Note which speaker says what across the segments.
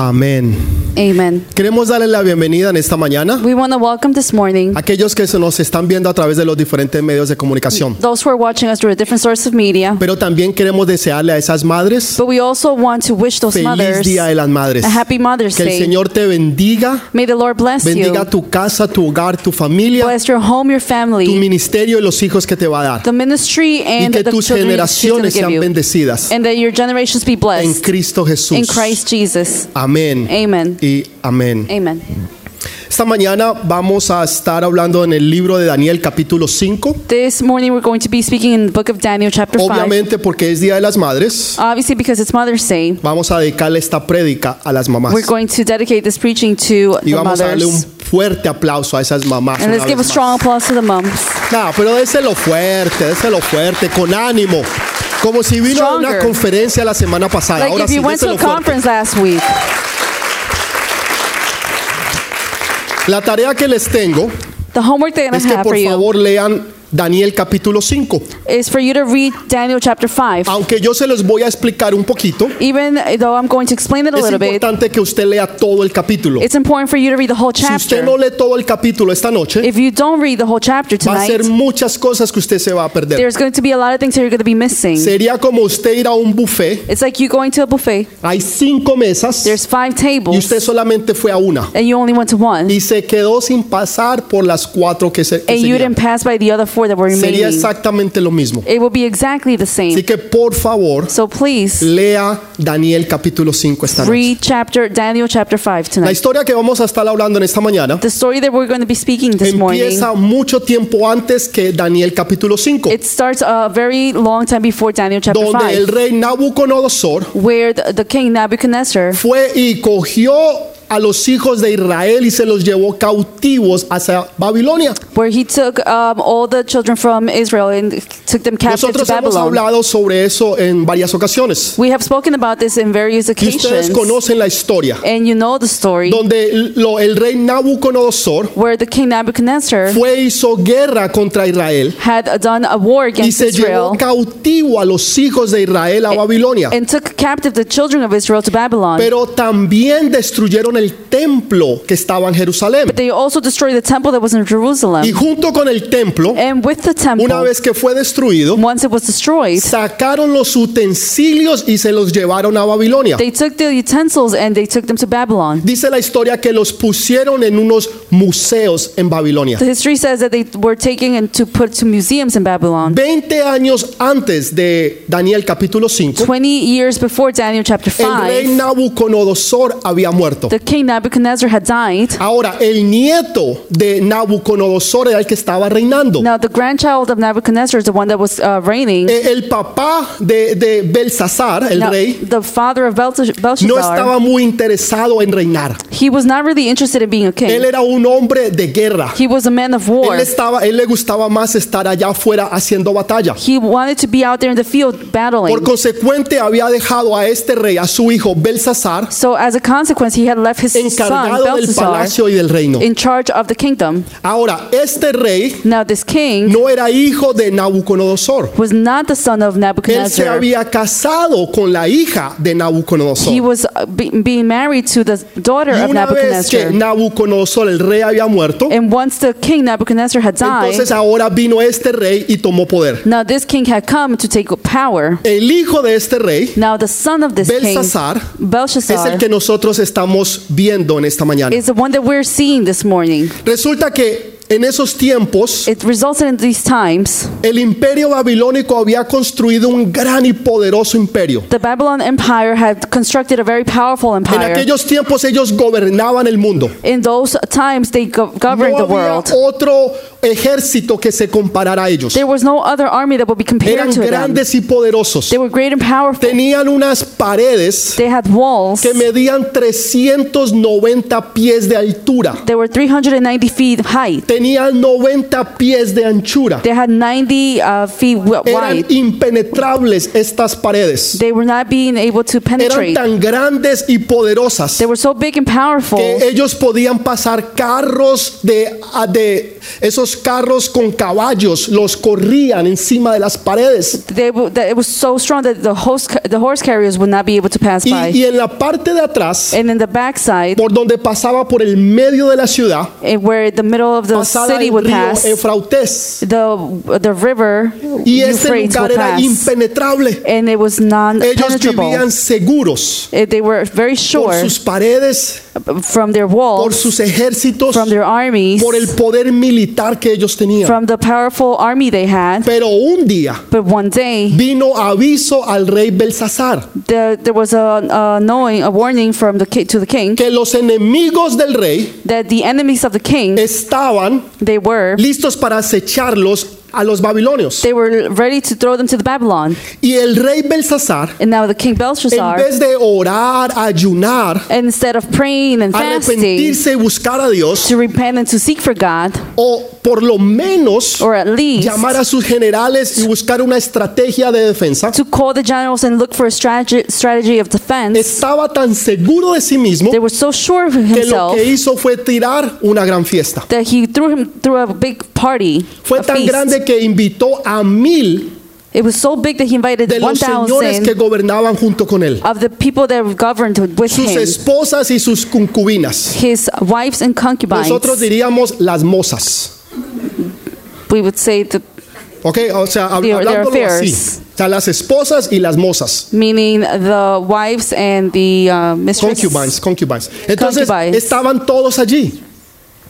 Speaker 1: Amén.
Speaker 2: Amen.
Speaker 1: Queremos darle la bienvenida en esta mañana
Speaker 2: We want to welcome this morning
Speaker 1: a aquellos que se nos están viendo a través de los diferentes medios de comunicación,
Speaker 2: those who are watching us through a different source of media,
Speaker 1: pero también queremos desearle a esas madres
Speaker 2: but we also want to wish those
Speaker 1: feliz
Speaker 2: mothers
Speaker 1: Día de
Speaker 2: a
Speaker 1: las Madres.
Speaker 2: happy Mother's
Speaker 1: Que el
Speaker 2: Day.
Speaker 1: Señor te bendiga,
Speaker 2: May the Lord bless you, Pues
Speaker 1: bendiga tu casa, tu hogar, tu familia,
Speaker 2: bless your home, your
Speaker 1: tu
Speaker 2: family,
Speaker 1: ministerio y los hijos que te va a dar.
Speaker 2: the ministry,
Speaker 1: Y
Speaker 2: and
Speaker 1: que
Speaker 2: the
Speaker 1: tus
Speaker 2: children He's going
Speaker 1: generaciones
Speaker 2: to give
Speaker 1: sean
Speaker 2: you,
Speaker 1: bendecidas
Speaker 2: and that your generations be
Speaker 1: en
Speaker 2: blessed
Speaker 1: Cristo Jesús.
Speaker 2: in Christ Jesus.
Speaker 1: Amén.
Speaker 2: Amen.
Speaker 1: Y amén.
Speaker 2: Amen.
Speaker 1: Esta mañana vamos a estar hablando en el libro de Daniel capítulo 5.
Speaker 2: This morning we're going to be speaking in the book of Daniel, chapter 5.
Speaker 1: Obviamente porque es Día de las Madres,
Speaker 2: Obviously, because it's Mother's Day,
Speaker 1: vamos a dedicarle esta prédica a las mamás.
Speaker 2: we're going to dedicate this preaching to
Speaker 1: Y
Speaker 2: the
Speaker 1: vamos a darle un
Speaker 2: mothers.
Speaker 1: fuerte aplauso a esas mamás.
Speaker 2: And
Speaker 1: una
Speaker 2: let's give a
Speaker 1: vez
Speaker 2: strong applause to the moms.
Speaker 1: más. Nah, pero déselo fuerte, déselo fuerte, con ánimo. Como si vino a una
Speaker 2: Stronger.
Speaker 1: conferencia la semana pasada.
Speaker 2: Like
Speaker 1: Ahora
Speaker 2: if
Speaker 1: sí,
Speaker 2: you went to
Speaker 1: déselo
Speaker 2: a
Speaker 1: fuerte.
Speaker 2: conference last week,
Speaker 1: La tarea que les tengo
Speaker 2: the homework they're gonna
Speaker 1: es que
Speaker 2: have for
Speaker 1: por
Speaker 2: you
Speaker 1: favor lean Daniel capítulo 5.
Speaker 2: is for you to read Daniel chapter five.
Speaker 1: Aunque yo se los voy a explicar un poquito,
Speaker 2: Even though I'm going to explain it a
Speaker 1: es
Speaker 2: little bit,
Speaker 1: importante que usted lea todo el capítulo.
Speaker 2: it's important for you to read the whole
Speaker 1: Si usted no
Speaker 2: chapter.
Speaker 1: lee todo el capítulo esta noche,
Speaker 2: If you don't read the whole chapter
Speaker 1: va a
Speaker 2: tonight,
Speaker 1: ser muchas cosas que usted se va a perder.
Speaker 2: there's going to be a lot of things that you're going to be missing.
Speaker 1: Sería como usted ir a un buffet,
Speaker 2: It's like you going to a buffet.
Speaker 1: hay cinco mesas
Speaker 2: There's five
Speaker 1: y
Speaker 2: tables,
Speaker 1: usted solamente fue a una
Speaker 2: and you only went to one,
Speaker 1: y se quedó sin pasar por las cuatro que se que
Speaker 2: and you
Speaker 1: seguían.
Speaker 2: didn't pass by the other four that were
Speaker 1: Sería
Speaker 2: remaining.
Speaker 1: exactamente lo mismo.
Speaker 2: It will be exactly the
Speaker 1: Así
Speaker 2: same.
Speaker 1: que por favor,
Speaker 2: So please
Speaker 1: lea Daniel capítulo 5 esta noche.
Speaker 2: read chapter Daniel chapter five
Speaker 1: La
Speaker 2: tonight.
Speaker 1: historia que vamos a estar hablando en esta mañana
Speaker 2: The story that we're going to be speaking this morning.
Speaker 1: empieza mucho tiempo antes que Daniel capítulo 5,
Speaker 2: It starts a very long time before Daniel chapter
Speaker 1: donde el
Speaker 2: 5,
Speaker 1: rey Nabucodonosor
Speaker 2: where the, the king Nebuchadnezzar
Speaker 1: fue y cogió a los hijos de Israel y se los llevó cautivos hacia Babilonia.
Speaker 2: where he took um, all the children from Israel and took them captive to
Speaker 1: Nosotros hemos
Speaker 2: Babylon.
Speaker 1: hablado sobre eso en varias ocasiones.
Speaker 2: We have spoken about this in various
Speaker 1: Y ustedes
Speaker 2: occasions,
Speaker 1: conocen la historia,
Speaker 2: and you know the story
Speaker 1: donde lo- el rey Nabucodonosor
Speaker 2: where the king Nebuchadnezzar
Speaker 1: fue e hizo guerra contra Israel
Speaker 2: had uh, done a war
Speaker 1: y
Speaker 2: against
Speaker 1: se llevó
Speaker 2: Israel Eh,
Speaker 1: cautivo a los hijos de Israel a Babilonia.
Speaker 2: and took captive the children of Israel to Babylon.
Speaker 1: Pero también destruyeron el templo que estaba en Jerusalén.
Speaker 2: They also destroyed the temple that was in
Speaker 1: Y
Speaker 2: Jerusalem,
Speaker 1: junto con el templo,
Speaker 2: and with the
Speaker 1: una
Speaker 2: temple,
Speaker 1: vez que fue destruido,
Speaker 2: once it was destroyed,
Speaker 1: sacaron los utensilios y se los llevaron a Babilonia.
Speaker 2: they took the utensils and they took them to Babylon.
Speaker 1: Dice la historia que los pusieron en unos museos en Babilonia.
Speaker 2: The history says that they were taken and to put to museums in Babylon.
Speaker 1: 20 años antes de Daniel capítulo 5,
Speaker 2: 20 years before Daniel chapter
Speaker 1: el rey
Speaker 2: 5,
Speaker 1: Nabucodonosor había muerto.
Speaker 2: the king Nebuchadnezzar had died.
Speaker 1: Ahora, el nieto de Nabucodonosor era el que estaba reinando.
Speaker 2: Now, the grandchild of Nebuchadnezzar is the one that was uh, reigning.
Speaker 1: Eh, El papá de, de Belsasar, el
Speaker 2: Now,
Speaker 1: rey,
Speaker 2: the father of Beltes-
Speaker 1: no
Speaker 2: Belshazzar,
Speaker 1: estaba muy interesado en reinar.
Speaker 2: he was not really interested in being a
Speaker 1: Él
Speaker 2: king.
Speaker 1: era un hombre de guerra.
Speaker 2: He was a man of war.
Speaker 1: Él, estaba, él le gustaba más estar allá afuera haciendo batalla.
Speaker 2: He wanted to be out there in the field
Speaker 1: Por
Speaker 2: battling.
Speaker 1: consecuente, había dejado a este rey, a su hijo Belsasar,
Speaker 2: So, as a consequence, he had left his son,
Speaker 1: encargado del
Speaker 2: Belshazzar,
Speaker 1: palacio y del reino.
Speaker 2: in charge of the kingdom.
Speaker 1: Ahora, este rey
Speaker 2: Now, this king
Speaker 1: no era hijo de Nabucodonosor.
Speaker 2: was not the son of
Speaker 1: Él se
Speaker 2: Nebuchadnezzar.
Speaker 1: había casado con la hija de
Speaker 2: he
Speaker 1: Nabucodonosor.
Speaker 2: was uh, be- being married to the daughter
Speaker 1: Y
Speaker 2: of
Speaker 1: una vez que
Speaker 2: Nebuchadnezzar.
Speaker 1: Nabucodonosor, el rey, había muerto,
Speaker 2: and once the king Nebuchadnezzar had died,
Speaker 1: entonces ahora vino este rey y tomó poder.
Speaker 2: now this king had come to take power.
Speaker 1: El hijo de este rey,
Speaker 2: Now the son of this
Speaker 1: Belsasar,
Speaker 2: king,
Speaker 1: es
Speaker 2: Belshazzar,
Speaker 1: el que nosotros estamos viendo en esta mañana.
Speaker 2: is the one that we're seeing this morning.
Speaker 1: Resulta que en esos tiempos
Speaker 2: It resulted in these times.
Speaker 1: el imperio babilónico había construido un gran y poderoso imperio.
Speaker 2: The Babylon Empire had constructed a very powerful
Speaker 1: En
Speaker 2: empire.
Speaker 1: aquellos tiempos ellos gobernaban el mundo.
Speaker 2: in those times, they go- governed
Speaker 1: No
Speaker 2: the
Speaker 1: había
Speaker 2: world.
Speaker 1: otro ejército que se comparara a ellos.
Speaker 2: There was no other army that would be compared
Speaker 1: Eran
Speaker 2: to them.
Speaker 1: grandes y poderosos.
Speaker 2: They were great and powerful.
Speaker 1: Tenían unas paredes
Speaker 2: They had walls.
Speaker 1: que medían 390 pies de altura.
Speaker 2: They were 390 feet height.
Speaker 1: Tenía 90 pies de anchura.
Speaker 2: They had 90 uh, feet wi-
Speaker 1: Eran
Speaker 2: wide.
Speaker 1: impenetrables estas paredes.
Speaker 2: They were not being able to
Speaker 1: Eran
Speaker 2: penetrate.
Speaker 1: tan grandes y poderosas
Speaker 2: They were so big and powerful
Speaker 1: que ellos podían pasar carros de, a- de esos carros con caballos, los corrían encima de las paredes.
Speaker 2: they w- that it was so strong that the horse, ca- the horse carriers would not be able to pass
Speaker 1: Y,
Speaker 2: by.
Speaker 1: y en la parte de atrás,
Speaker 2: And in the backside,
Speaker 1: por donde pasaba por el medio de la ciudad,
Speaker 2: eh, where the middle of the
Speaker 1: pasaba
Speaker 2: city
Speaker 1: el
Speaker 2: would
Speaker 1: río
Speaker 2: pass,
Speaker 1: Efrautés.
Speaker 2: the the river
Speaker 1: Y ese
Speaker 2: Euphrates
Speaker 1: lugar
Speaker 2: would
Speaker 1: era
Speaker 2: pass,
Speaker 1: impenetrable.
Speaker 2: and it was
Speaker 1: Ellos
Speaker 2: non-penetrable.
Speaker 1: vivían seguros
Speaker 2: Eh, They were very
Speaker 1: por
Speaker 2: sure
Speaker 1: sus paredes,
Speaker 2: from their
Speaker 1: por
Speaker 2: walls,
Speaker 1: sus ejércitos,
Speaker 2: from their armies,
Speaker 1: por el poder militar que ellos tenían.
Speaker 2: from the powerful army they had.
Speaker 1: Pero un día
Speaker 2: But one day,
Speaker 1: vino aviso al rey Belsasar
Speaker 2: the, there was a, a knowing, a warning from the ki- to the king
Speaker 1: que los enemigos del rey
Speaker 2: that the enemies of the king,
Speaker 1: estaban
Speaker 2: they were,
Speaker 1: listos para acecharlos a los babilonios.
Speaker 2: they were ready to throw them to the Babylon.
Speaker 1: Y el rey Belsasar,
Speaker 2: And now the king
Speaker 1: en
Speaker 2: Belshazzar,
Speaker 1: vez de orar, ayunar,
Speaker 2: instead of praying and fasting
Speaker 1: arrepentirse y buscar a Dios,
Speaker 2: to repent and to seek for God,
Speaker 1: o por lo menos
Speaker 2: or at least
Speaker 1: llamar a sus generales y buscar una estrategia de defensa,
Speaker 2: to call the generals and look for a strategy, strategy of defense,
Speaker 1: estaba tan seguro de sí mismo
Speaker 2: they were so sure of
Speaker 1: que lo
Speaker 2: himself
Speaker 1: que hizo fue tirar una gran fiesta.
Speaker 2: that he threw him through a big party.
Speaker 1: Fue
Speaker 2: a
Speaker 1: tan
Speaker 2: feast.
Speaker 1: grande que invitó a mil
Speaker 2: It was so big that he invited
Speaker 1: de los señores
Speaker 2: 1,000
Speaker 1: que gobernaban junto con él,
Speaker 2: of the people that governed with
Speaker 1: sus
Speaker 2: him,
Speaker 1: esposas y sus concubinas.
Speaker 2: his wives and concubines.
Speaker 1: Nosotros diríamos las mozas,
Speaker 2: we would say the
Speaker 1: ¿ok? O sea, hab-
Speaker 2: Their- their
Speaker 1: hablándolo así.
Speaker 2: affairs.
Speaker 1: O sea, las esposas y las mozas.
Speaker 2: meaning the wives and the uh, mistresses.
Speaker 1: Concubines, concubines. Entonces
Speaker 2: Concubines.
Speaker 1: estaban todos allí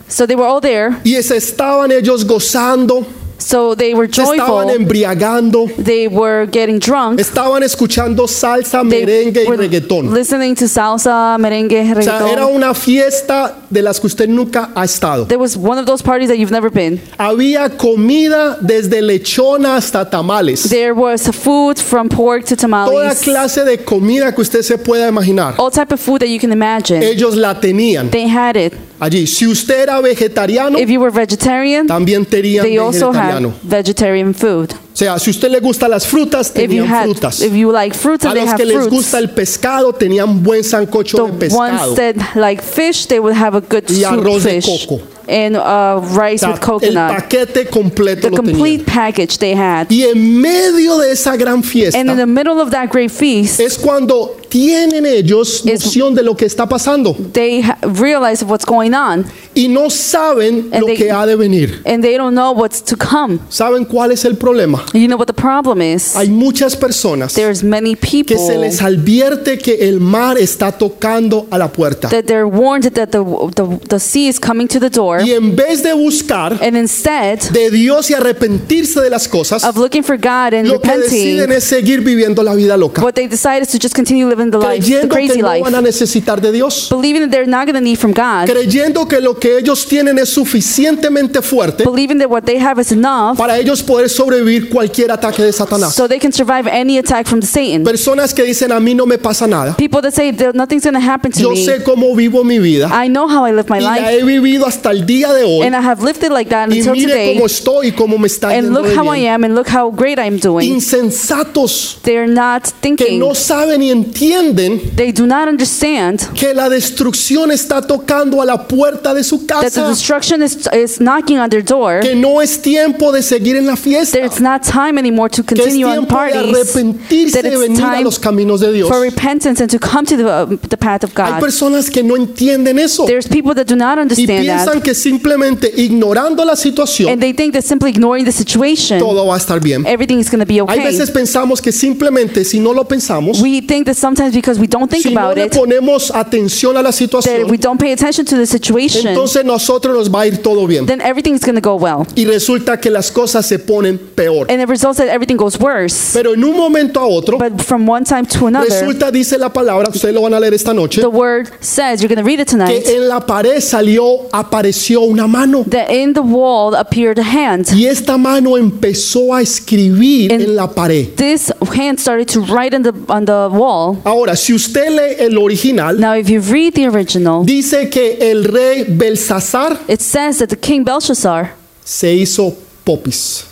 Speaker 2: So they were all there.
Speaker 1: y se estaban ellos gozando,
Speaker 2: So they were
Speaker 1: se estaban
Speaker 2: joyful.
Speaker 1: embriagando,
Speaker 2: they were getting drunk.
Speaker 1: estaban escuchando salsa,
Speaker 2: They
Speaker 1: merengue y
Speaker 2: were
Speaker 1: reggaetón.
Speaker 2: listening to salsa, merengue,
Speaker 1: O sea, era
Speaker 2: reggaeton.
Speaker 1: una fiesta de las que usted nunca ha estado.
Speaker 2: There was one of those parties that you've never been.
Speaker 1: Había comida desde lechona hasta tamales.
Speaker 2: There was food from pork to
Speaker 1: Toda
Speaker 2: tamales. Oh.
Speaker 1: clase de comida que usted se pueda imaginar.
Speaker 2: all type of food that you can imagine.
Speaker 1: Ellos la tenían
Speaker 2: they had it.
Speaker 1: allí. Si usted era vegetariano,
Speaker 2: If you were vegetarian,
Speaker 1: también tenían
Speaker 2: they also had
Speaker 1: vegetariano.
Speaker 2: vegetarian food.
Speaker 1: O sea, si usted le gusta las frutas,
Speaker 2: If you
Speaker 1: tenían
Speaker 2: had,
Speaker 1: frutas.
Speaker 2: if you like fruits,
Speaker 1: A
Speaker 2: they
Speaker 1: los
Speaker 2: have
Speaker 1: que les
Speaker 2: fruits.
Speaker 1: gusta el pescado, tenían buen sancocho de
Speaker 2: the
Speaker 1: pescado.
Speaker 2: ones that like fish, they would have a good
Speaker 1: Y
Speaker 2: soup
Speaker 1: arroz de
Speaker 2: fish
Speaker 1: coco.
Speaker 2: and uh, rice
Speaker 1: O
Speaker 2: with
Speaker 1: sea, el
Speaker 2: coconut.
Speaker 1: paquete completo
Speaker 2: The
Speaker 1: lo tenían.
Speaker 2: complete package they had.
Speaker 1: Y en medio de esa gran fiesta,
Speaker 2: And in the middle of that great feast,
Speaker 1: es cuando tienen ellos
Speaker 2: Es-
Speaker 1: noción de lo que está pasando
Speaker 2: they ha- realize what's going on,
Speaker 1: y no saben
Speaker 2: And
Speaker 1: lo
Speaker 2: they-
Speaker 1: que ha de venir.
Speaker 2: and they don't know what's to come.
Speaker 1: ¿Saben cuál es el problema?
Speaker 2: You know what the problem is?
Speaker 1: Hay muchas personas
Speaker 2: There's many
Speaker 1: que
Speaker 2: people
Speaker 1: se les advierte que el mar está tocando a la puerta
Speaker 2: that they're warned that the, the, the sea is coming to the door,
Speaker 1: y en vez de buscar
Speaker 2: and instead
Speaker 1: de Dios y arrepentirse de las cosas,
Speaker 2: of looking for God and
Speaker 1: lo que deciden
Speaker 2: repenting,
Speaker 1: es seguir viviendo la vida loca,
Speaker 2: what they decide is to just continue living the life, the
Speaker 1: creyendo que
Speaker 2: crazy
Speaker 1: no van a
Speaker 2: life,
Speaker 1: necesitar de Dios,
Speaker 2: believing that they're not going to need from God,
Speaker 1: creyendo que lo que ellos tienen es suficientemente fuerte
Speaker 2: believing that what they have is enough
Speaker 1: para ellos poder sobrevivir cualquier ataque de Satanás.
Speaker 2: so they can survive any attack from the Satan.
Speaker 1: Personas que dicen a mí no me pasa nada.
Speaker 2: People that say that nothing's going to happen to
Speaker 1: Yo
Speaker 2: me.
Speaker 1: sé cómo vivo mi vida
Speaker 2: I know how I live my
Speaker 1: y la
Speaker 2: life,
Speaker 1: he vivido hasta el día de hoy.
Speaker 2: and I have lived it like that
Speaker 1: Y
Speaker 2: until
Speaker 1: mire
Speaker 2: today.
Speaker 1: cómo estoy y cómo me está
Speaker 2: And
Speaker 1: yendo
Speaker 2: look
Speaker 1: de
Speaker 2: how I
Speaker 1: bien.
Speaker 2: am, and look how great I'm doing.
Speaker 1: Insensatos
Speaker 2: They're not
Speaker 1: que
Speaker 2: thinking.
Speaker 1: no saben ni entienden
Speaker 2: They do not understand
Speaker 1: que la destrucción está tocando a la puerta de su
Speaker 2: that the
Speaker 1: casa.
Speaker 2: destruction is, is knocking on their door.
Speaker 1: Que no es tiempo de seguir en la fiesta.
Speaker 2: There's not time anymore to
Speaker 1: Que es
Speaker 2: continue on
Speaker 1: tiempo de
Speaker 2: parties.
Speaker 1: arrepentirse
Speaker 2: That
Speaker 1: de
Speaker 2: it's
Speaker 1: venir a
Speaker 2: time
Speaker 1: los caminos de Dios.
Speaker 2: for repentance and to come to the, uh, the path of
Speaker 1: Hay
Speaker 2: God.
Speaker 1: personas que no entienden eso
Speaker 2: There's people that do not
Speaker 1: y
Speaker 2: understand
Speaker 1: piensan
Speaker 2: that,
Speaker 1: que simplemente ignorando la situación
Speaker 2: and they think that simply ignoring the situation,
Speaker 1: todo va a estar bien.
Speaker 2: everything is going to be
Speaker 1: Hay
Speaker 2: okay.
Speaker 1: veces pensamos que simplemente si no lo pensamos,
Speaker 2: We think that sometimes because we don't think
Speaker 1: si no
Speaker 2: about
Speaker 1: le
Speaker 2: it,
Speaker 1: ponemos atención a la
Speaker 2: that we
Speaker 1: situación,
Speaker 2: don't pay attention to the situation,
Speaker 1: entonces nosotros nos va a ir todo bien.
Speaker 2: then everything's going to go well.
Speaker 1: Y resulta que las cosas se ponen peor.
Speaker 2: And it results that said everything goes worse.
Speaker 1: Pero en un momento a otro,
Speaker 2: But from one time to another,
Speaker 1: resulta, dice la palabra, ustedes lo van a leer esta noche,
Speaker 2: the word says, you're going to read it tonight,
Speaker 1: que en la pared salió, apareció una mano.
Speaker 2: that in the wall appeared a hand.
Speaker 1: Y esta mano empezó a escribir
Speaker 2: En-
Speaker 1: en la pared.
Speaker 2: This hand started to write on the, on the wall.
Speaker 1: Ahora, si usted lee el original,
Speaker 2: Now, if you read the original,
Speaker 1: dice que el rey Belsasar
Speaker 2: it says that the king Belshazzar,
Speaker 1: se hizo popis.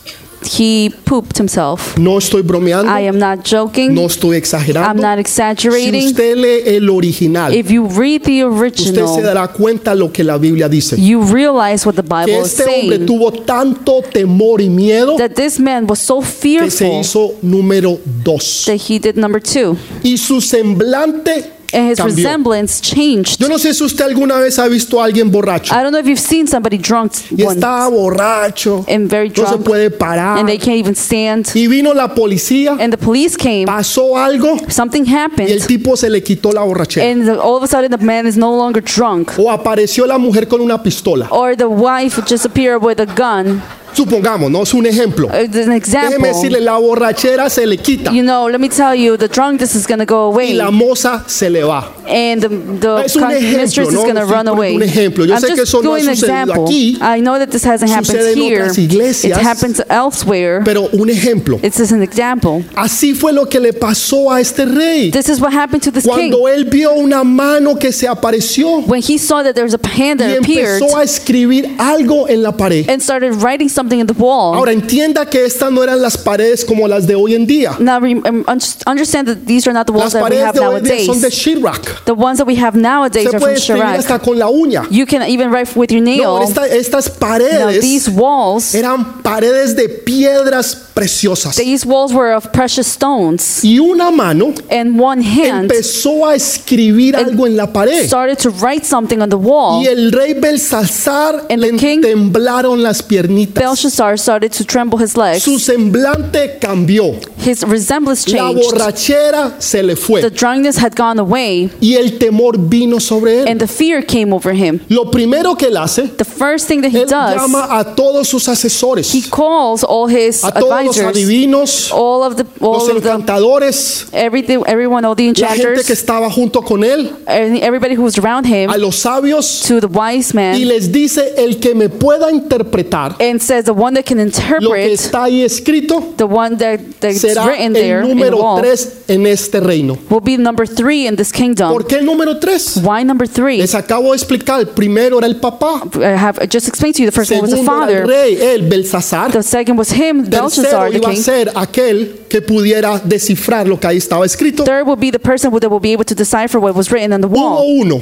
Speaker 2: he pooped himself.
Speaker 1: No estoy bromeando,
Speaker 2: I am not joking.
Speaker 1: no estoy
Speaker 2: I'm
Speaker 1: exagerando.
Speaker 2: not
Speaker 1: Si
Speaker 2: exaggerating.
Speaker 1: usted lee el original,
Speaker 2: If you read the
Speaker 1: usted se
Speaker 2: original,
Speaker 1: dará cuenta lo que la Biblia dice.
Speaker 2: you realize what the
Speaker 1: Que
Speaker 2: Bible is
Speaker 1: este hombre
Speaker 2: saying.
Speaker 1: tuvo tanto temor y miedo
Speaker 2: That this man was so
Speaker 1: que se
Speaker 2: fearful
Speaker 1: hizo número dos.
Speaker 2: that he did number two.
Speaker 1: Y su semblante
Speaker 2: And his
Speaker 1: cambió.
Speaker 2: resemblance changed.
Speaker 1: Yo no sé si usted alguna vez ha visto a alguien borracho
Speaker 2: I don't know if you've seen somebody drunk
Speaker 1: y
Speaker 2: once
Speaker 1: está borracho,
Speaker 2: and very
Speaker 1: no se
Speaker 2: drunk
Speaker 1: puede parar.
Speaker 2: and they can't even stand.
Speaker 1: Y vino la policía,
Speaker 2: And the police came.
Speaker 1: pasó algo
Speaker 2: Something
Speaker 1: y el
Speaker 2: happened.
Speaker 1: tipo se le quitó la borrachera.
Speaker 2: And the- all of a sudden, the man is no longer drunk.
Speaker 1: O apareció la mujer con una pistola.
Speaker 2: Or the wife would just appear with a gun.
Speaker 1: Supongamos, no es un ejemplo.
Speaker 2: It's an
Speaker 1: Déjeme
Speaker 2: example.
Speaker 1: decirle, la borrachera se le quita
Speaker 2: You know, let me tell you, the drunkenness is going to go
Speaker 1: y
Speaker 2: away.
Speaker 1: la moza se le va.
Speaker 2: and the, the
Speaker 1: Eh, Es un
Speaker 2: con-
Speaker 1: ejemplo,
Speaker 2: mistress
Speaker 1: ¿no?
Speaker 2: is going to
Speaker 1: Estoy
Speaker 2: run
Speaker 1: poniendo
Speaker 2: away.
Speaker 1: un ejemplo. Yo
Speaker 2: I'm
Speaker 1: sé que
Speaker 2: just
Speaker 1: eso no ha
Speaker 2: doing an
Speaker 1: sucedido
Speaker 2: example.
Speaker 1: aquí.
Speaker 2: I know that this hasn't happened
Speaker 1: Sucede en
Speaker 2: here.
Speaker 1: otras iglesias.
Speaker 2: It happens elsewhere.
Speaker 1: Pero un ejemplo.
Speaker 2: it's just an example.
Speaker 1: Así fue lo que le pasó a este rey.
Speaker 2: This is what happened to this king.
Speaker 1: Cuando él vio una mano que se apareció
Speaker 2: When he saw that there was a hand
Speaker 1: y
Speaker 2: that appeared
Speaker 1: empezó a escribir algo en la pared.
Speaker 2: and started writing something in the wall.
Speaker 1: Ahora entienda que estas no eran las paredes como las de hoy en día.
Speaker 2: now rem- um, un- understand that these are not the
Speaker 1: Las
Speaker 2: walls that we
Speaker 1: paredes
Speaker 2: have
Speaker 1: de hoy en día
Speaker 2: nowadays.
Speaker 1: son de Shirak.
Speaker 2: the ones that we have nowadays
Speaker 1: Se
Speaker 2: are
Speaker 1: puede
Speaker 2: from
Speaker 1: escribir
Speaker 2: Chirac.
Speaker 1: hasta con la uña.
Speaker 2: You can even write with your nail.
Speaker 1: No, esta- estas
Speaker 2: now
Speaker 1: paredes
Speaker 2: these walls,
Speaker 1: eran paredes de piedras preciosas.
Speaker 2: these walls were of precious stones.
Speaker 1: Y una mano
Speaker 2: And one hand
Speaker 1: empezó a escribir algo en la pared.
Speaker 2: started to write something on the wall,
Speaker 1: Y el rey Belsasar
Speaker 2: And
Speaker 1: le
Speaker 2: the king-
Speaker 1: temblaron las piernitas.
Speaker 2: Belshazzar started to tremble his legs.
Speaker 1: Su semblante cambió.
Speaker 2: His resemblance
Speaker 1: La
Speaker 2: changed.
Speaker 1: borrachera se le
Speaker 2: The
Speaker 1: fue.
Speaker 2: drunkenness had gone away,
Speaker 1: Y el temor vino sobre él.
Speaker 2: and the fear came over him.
Speaker 1: Lo primero que él hace,
Speaker 2: The first thing that he
Speaker 1: él
Speaker 2: does,
Speaker 1: llama a todos sus asesores,
Speaker 2: he calls all his
Speaker 1: a todos los
Speaker 2: advisors,
Speaker 1: adivinos,
Speaker 2: all of the,
Speaker 1: los
Speaker 2: all of the,
Speaker 1: encantadores,
Speaker 2: everything, everyone, all the
Speaker 1: la gente que
Speaker 2: enchanters,
Speaker 1: estaba junto con él,
Speaker 2: and everybody who was around him,
Speaker 1: a los sabios
Speaker 2: to the wise
Speaker 1: y
Speaker 2: man,
Speaker 1: les dice el que me pueda interpretar
Speaker 2: and says the one that can
Speaker 1: lo que
Speaker 2: interpret
Speaker 1: está ahí escrito
Speaker 2: the one that that's
Speaker 1: será
Speaker 2: written there
Speaker 1: el
Speaker 2: in the
Speaker 1: número
Speaker 2: wall
Speaker 1: 3 en este reino.
Speaker 2: will be number three in this kingdom.
Speaker 1: ¿Por qué el número 3?
Speaker 2: Why number three?
Speaker 1: Les acabo de explicar, el primero era el papá,
Speaker 2: I uh, have I just explained to you the first one was the
Speaker 1: segundo era el
Speaker 2: father,
Speaker 1: rey, el Belsasar,
Speaker 2: the second was him, Belshazzar,
Speaker 1: tercero
Speaker 2: the
Speaker 1: iba a
Speaker 2: king.
Speaker 1: ser aquel que pudiera descifrar lo que ahí estaba escrito.
Speaker 2: Third will be the person who- that will be able to decipher what was written on the
Speaker 1: Hubo
Speaker 2: wall.
Speaker 1: uno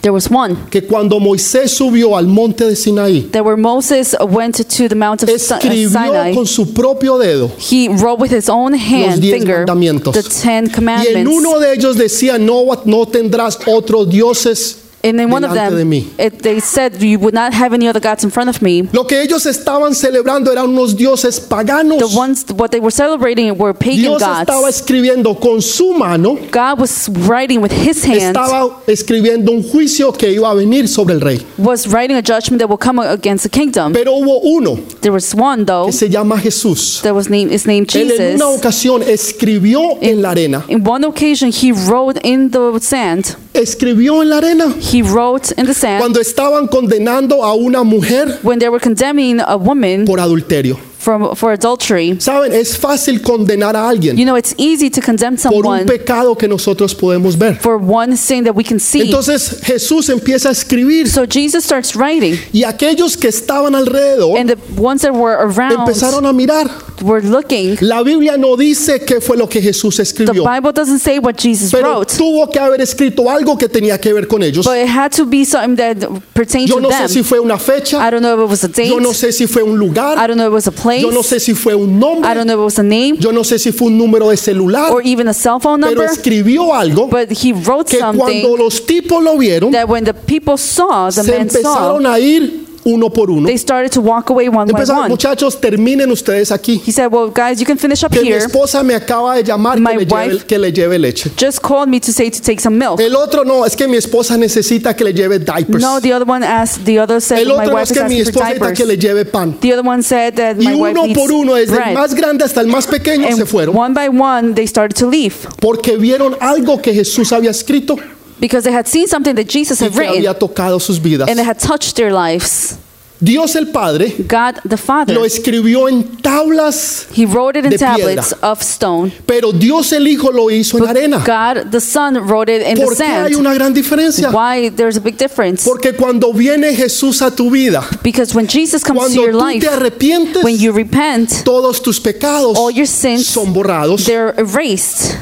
Speaker 2: There was one.
Speaker 1: que cuando Moisés subió al monte de Sinaí,
Speaker 2: There were Moses went to the mount of Si- uh,
Speaker 1: escribió
Speaker 2: Sinai.
Speaker 1: con su propio dedo
Speaker 2: He wrote with his own hand,
Speaker 1: diez
Speaker 2: finger,
Speaker 1: mandamientos.
Speaker 2: the Ten
Speaker 1: y en
Speaker 2: Commandments.
Speaker 1: uno de ellos decía, no, no tendrás otros dioses
Speaker 2: And in one of
Speaker 1: delante de
Speaker 2: them,
Speaker 1: mí.
Speaker 2: it, they said, You would not have any other gods in front of me.
Speaker 1: Lo que ellos estaban celebrando eran unos dioses paganos.
Speaker 2: The ones, what they were celebrating were pagan
Speaker 1: Dios estaba
Speaker 2: gods.
Speaker 1: escribiendo con su mano,
Speaker 2: God was writing with his hand,
Speaker 1: estaba escribiendo un juicio que iba a venir sobre el rey.
Speaker 2: was writing a judgment that will come against the kingdom.
Speaker 1: Pero hubo uno
Speaker 2: There was one, though,
Speaker 1: que se llama Jesús.
Speaker 2: that was named, is named
Speaker 1: Él en
Speaker 2: Jesus.
Speaker 1: una ocasión escribió en la arena.
Speaker 2: In one occasion, he wrote in the sand.
Speaker 1: Escribió en la arena.
Speaker 2: He wrote in the sand
Speaker 1: Cuando estaban condenando a una mujer
Speaker 2: when they were condemning a woman
Speaker 1: por adulterio.
Speaker 2: from, for adultery.
Speaker 1: Saben, es fácil condenar a
Speaker 2: You
Speaker 1: alguien
Speaker 2: know, it's easy to condemn
Speaker 1: por un
Speaker 2: someone
Speaker 1: pecado que nosotros podemos ver.
Speaker 2: for one sin that we can see.
Speaker 1: Entonces Jesús empieza a escribir
Speaker 2: so Jesus starts writing,
Speaker 1: y aquellos que estaban alrededor
Speaker 2: and the ones that were around
Speaker 1: empezaron a mirar.
Speaker 2: were looking.
Speaker 1: La Biblia no dice qué fue lo que Jesús
Speaker 2: The
Speaker 1: escribió,
Speaker 2: Bible doesn't say what Jesus
Speaker 1: pero
Speaker 2: wrote,
Speaker 1: tuvo que haber escrito algo que tenía que ver con ellos.
Speaker 2: but it had to be something that pertained
Speaker 1: Yo
Speaker 2: to
Speaker 1: no
Speaker 2: them.
Speaker 1: sé si fue una fecha,
Speaker 2: I don't know if it was a date.
Speaker 1: yo no sé si fue un
Speaker 2: I
Speaker 1: lugar,
Speaker 2: don't know if it was a place.
Speaker 1: yo no sé si fue un
Speaker 2: I
Speaker 1: nombre,
Speaker 2: don't know if it was a name
Speaker 1: yo no sé si fue un número de celular,
Speaker 2: or even a cell phone
Speaker 1: pero
Speaker 2: number.
Speaker 1: escribió algo
Speaker 2: But he wrote
Speaker 1: que
Speaker 2: something
Speaker 1: cuando los tipos lo vieron,
Speaker 2: that when the people saw, the
Speaker 1: se
Speaker 2: man saw,
Speaker 1: empezaron a ir uno por uno.
Speaker 2: They started to walk away one by
Speaker 1: Empezaron,
Speaker 2: one.
Speaker 1: muchachos, terminen ustedes aquí.
Speaker 2: He said, Well, guys, you can finish up
Speaker 1: Que mi
Speaker 2: here.
Speaker 1: esposa me acaba de llamar que
Speaker 2: My
Speaker 1: le, lleve,
Speaker 2: wife-
Speaker 1: que le lleve leche.
Speaker 2: Just called me to say to take some milk.
Speaker 1: El otro no, es que mi esposa necesita que le lleve diapers.
Speaker 2: No, the other one asked, the other said,
Speaker 1: El
Speaker 2: My
Speaker 1: otro
Speaker 2: wife
Speaker 1: es
Speaker 2: is
Speaker 1: que mi
Speaker 2: asking for
Speaker 1: esposa necesita que le
Speaker 2: diapers.
Speaker 1: lleve pan.
Speaker 2: The other one said that
Speaker 1: Y
Speaker 2: my wife
Speaker 1: uno
Speaker 2: needs
Speaker 1: por uno, desde el
Speaker 2: bread.
Speaker 1: más grande hasta el más pequeño, se
Speaker 2: And
Speaker 1: fueron.
Speaker 2: one by one, they started to leave
Speaker 1: Porque vieron algo que Jesús había escrito
Speaker 2: because they had seen something that Jesus
Speaker 1: y
Speaker 2: had
Speaker 1: que
Speaker 2: written
Speaker 1: había tocado sus vidas.
Speaker 2: and it had touched their lives.
Speaker 1: Dios el Padre
Speaker 2: God the Father,
Speaker 1: lo escribió en tablas,
Speaker 2: He wrote it in
Speaker 1: de piedra.
Speaker 2: tablets of stone.
Speaker 1: pero Dios el Hijo lo hizo en arena.
Speaker 2: God the Son wrote it in the
Speaker 1: ¿Por qué hay
Speaker 2: sand.
Speaker 1: una gran diferencia?
Speaker 2: Why there's a big difference?
Speaker 1: Porque cuando viene Jesús a tu vida,
Speaker 2: Because when Jesus comes to
Speaker 1: cuando
Speaker 2: your
Speaker 1: tú
Speaker 2: life,
Speaker 1: te arrepientes,
Speaker 2: when you repent,
Speaker 1: todos tus pecados
Speaker 2: all your sins
Speaker 1: son borrados.
Speaker 2: they're erased.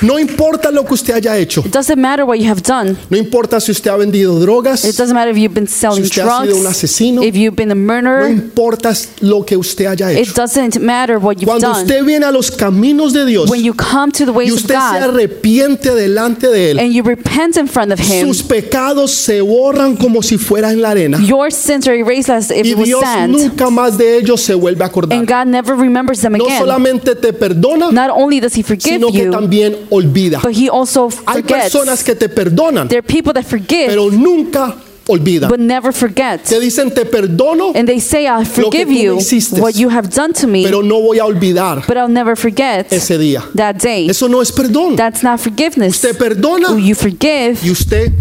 Speaker 1: No importa lo que usted haya hecho.
Speaker 2: It doesn't matter what you have done.
Speaker 1: No importa si usted ha vendido drogas.
Speaker 2: It doesn't matter if you've been selling
Speaker 1: usted ha sido un
Speaker 2: drugs,
Speaker 1: asesino,
Speaker 2: if you've been a
Speaker 1: No
Speaker 2: murderer.
Speaker 1: importa lo que usted haya
Speaker 2: It
Speaker 1: hecho.
Speaker 2: doesn't matter what you've
Speaker 1: Cuando
Speaker 2: done.
Speaker 1: usted viene a los caminos de Dios
Speaker 2: when you come to the
Speaker 1: y
Speaker 2: ways of
Speaker 1: usted se
Speaker 2: God
Speaker 1: arrepiente delante de Él,
Speaker 2: and you repent in front of Him,
Speaker 1: sus pecados se borran como si fuera en la arena.
Speaker 2: your sins are erased as if
Speaker 1: Y
Speaker 2: it was
Speaker 1: Dios
Speaker 2: sand.
Speaker 1: nunca más de ellos se vuelve a acordar.
Speaker 2: And God never remembers them
Speaker 1: No
Speaker 2: again.
Speaker 1: solamente te perdona,
Speaker 2: Not only does He forgive
Speaker 1: sino que
Speaker 2: you,
Speaker 1: también olvida.
Speaker 2: but He also
Speaker 1: Hay
Speaker 2: forgets.
Speaker 1: personas que te perdonan,
Speaker 2: There are people that forgive
Speaker 1: pero nunca olvidan.
Speaker 2: but never forget.
Speaker 1: Te dicen te perdono,
Speaker 2: And they say, I
Speaker 1: que
Speaker 2: forgive
Speaker 1: tú me
Speaker 2: you
Speaker 1: hiciste,
Speaker 2: what you have done to me,
Speaker 1: pero no voy a olvidar
Speaker 2: but I'll never forget
Speaker 1: ese día.
Speaker 2: that day.
Speaker 1: Eso no es perdón.
Speaker 2: That's not forgiveness.
Speaker 1: Te perdona
Speaker 2: You forgive
Speaker 1: y usted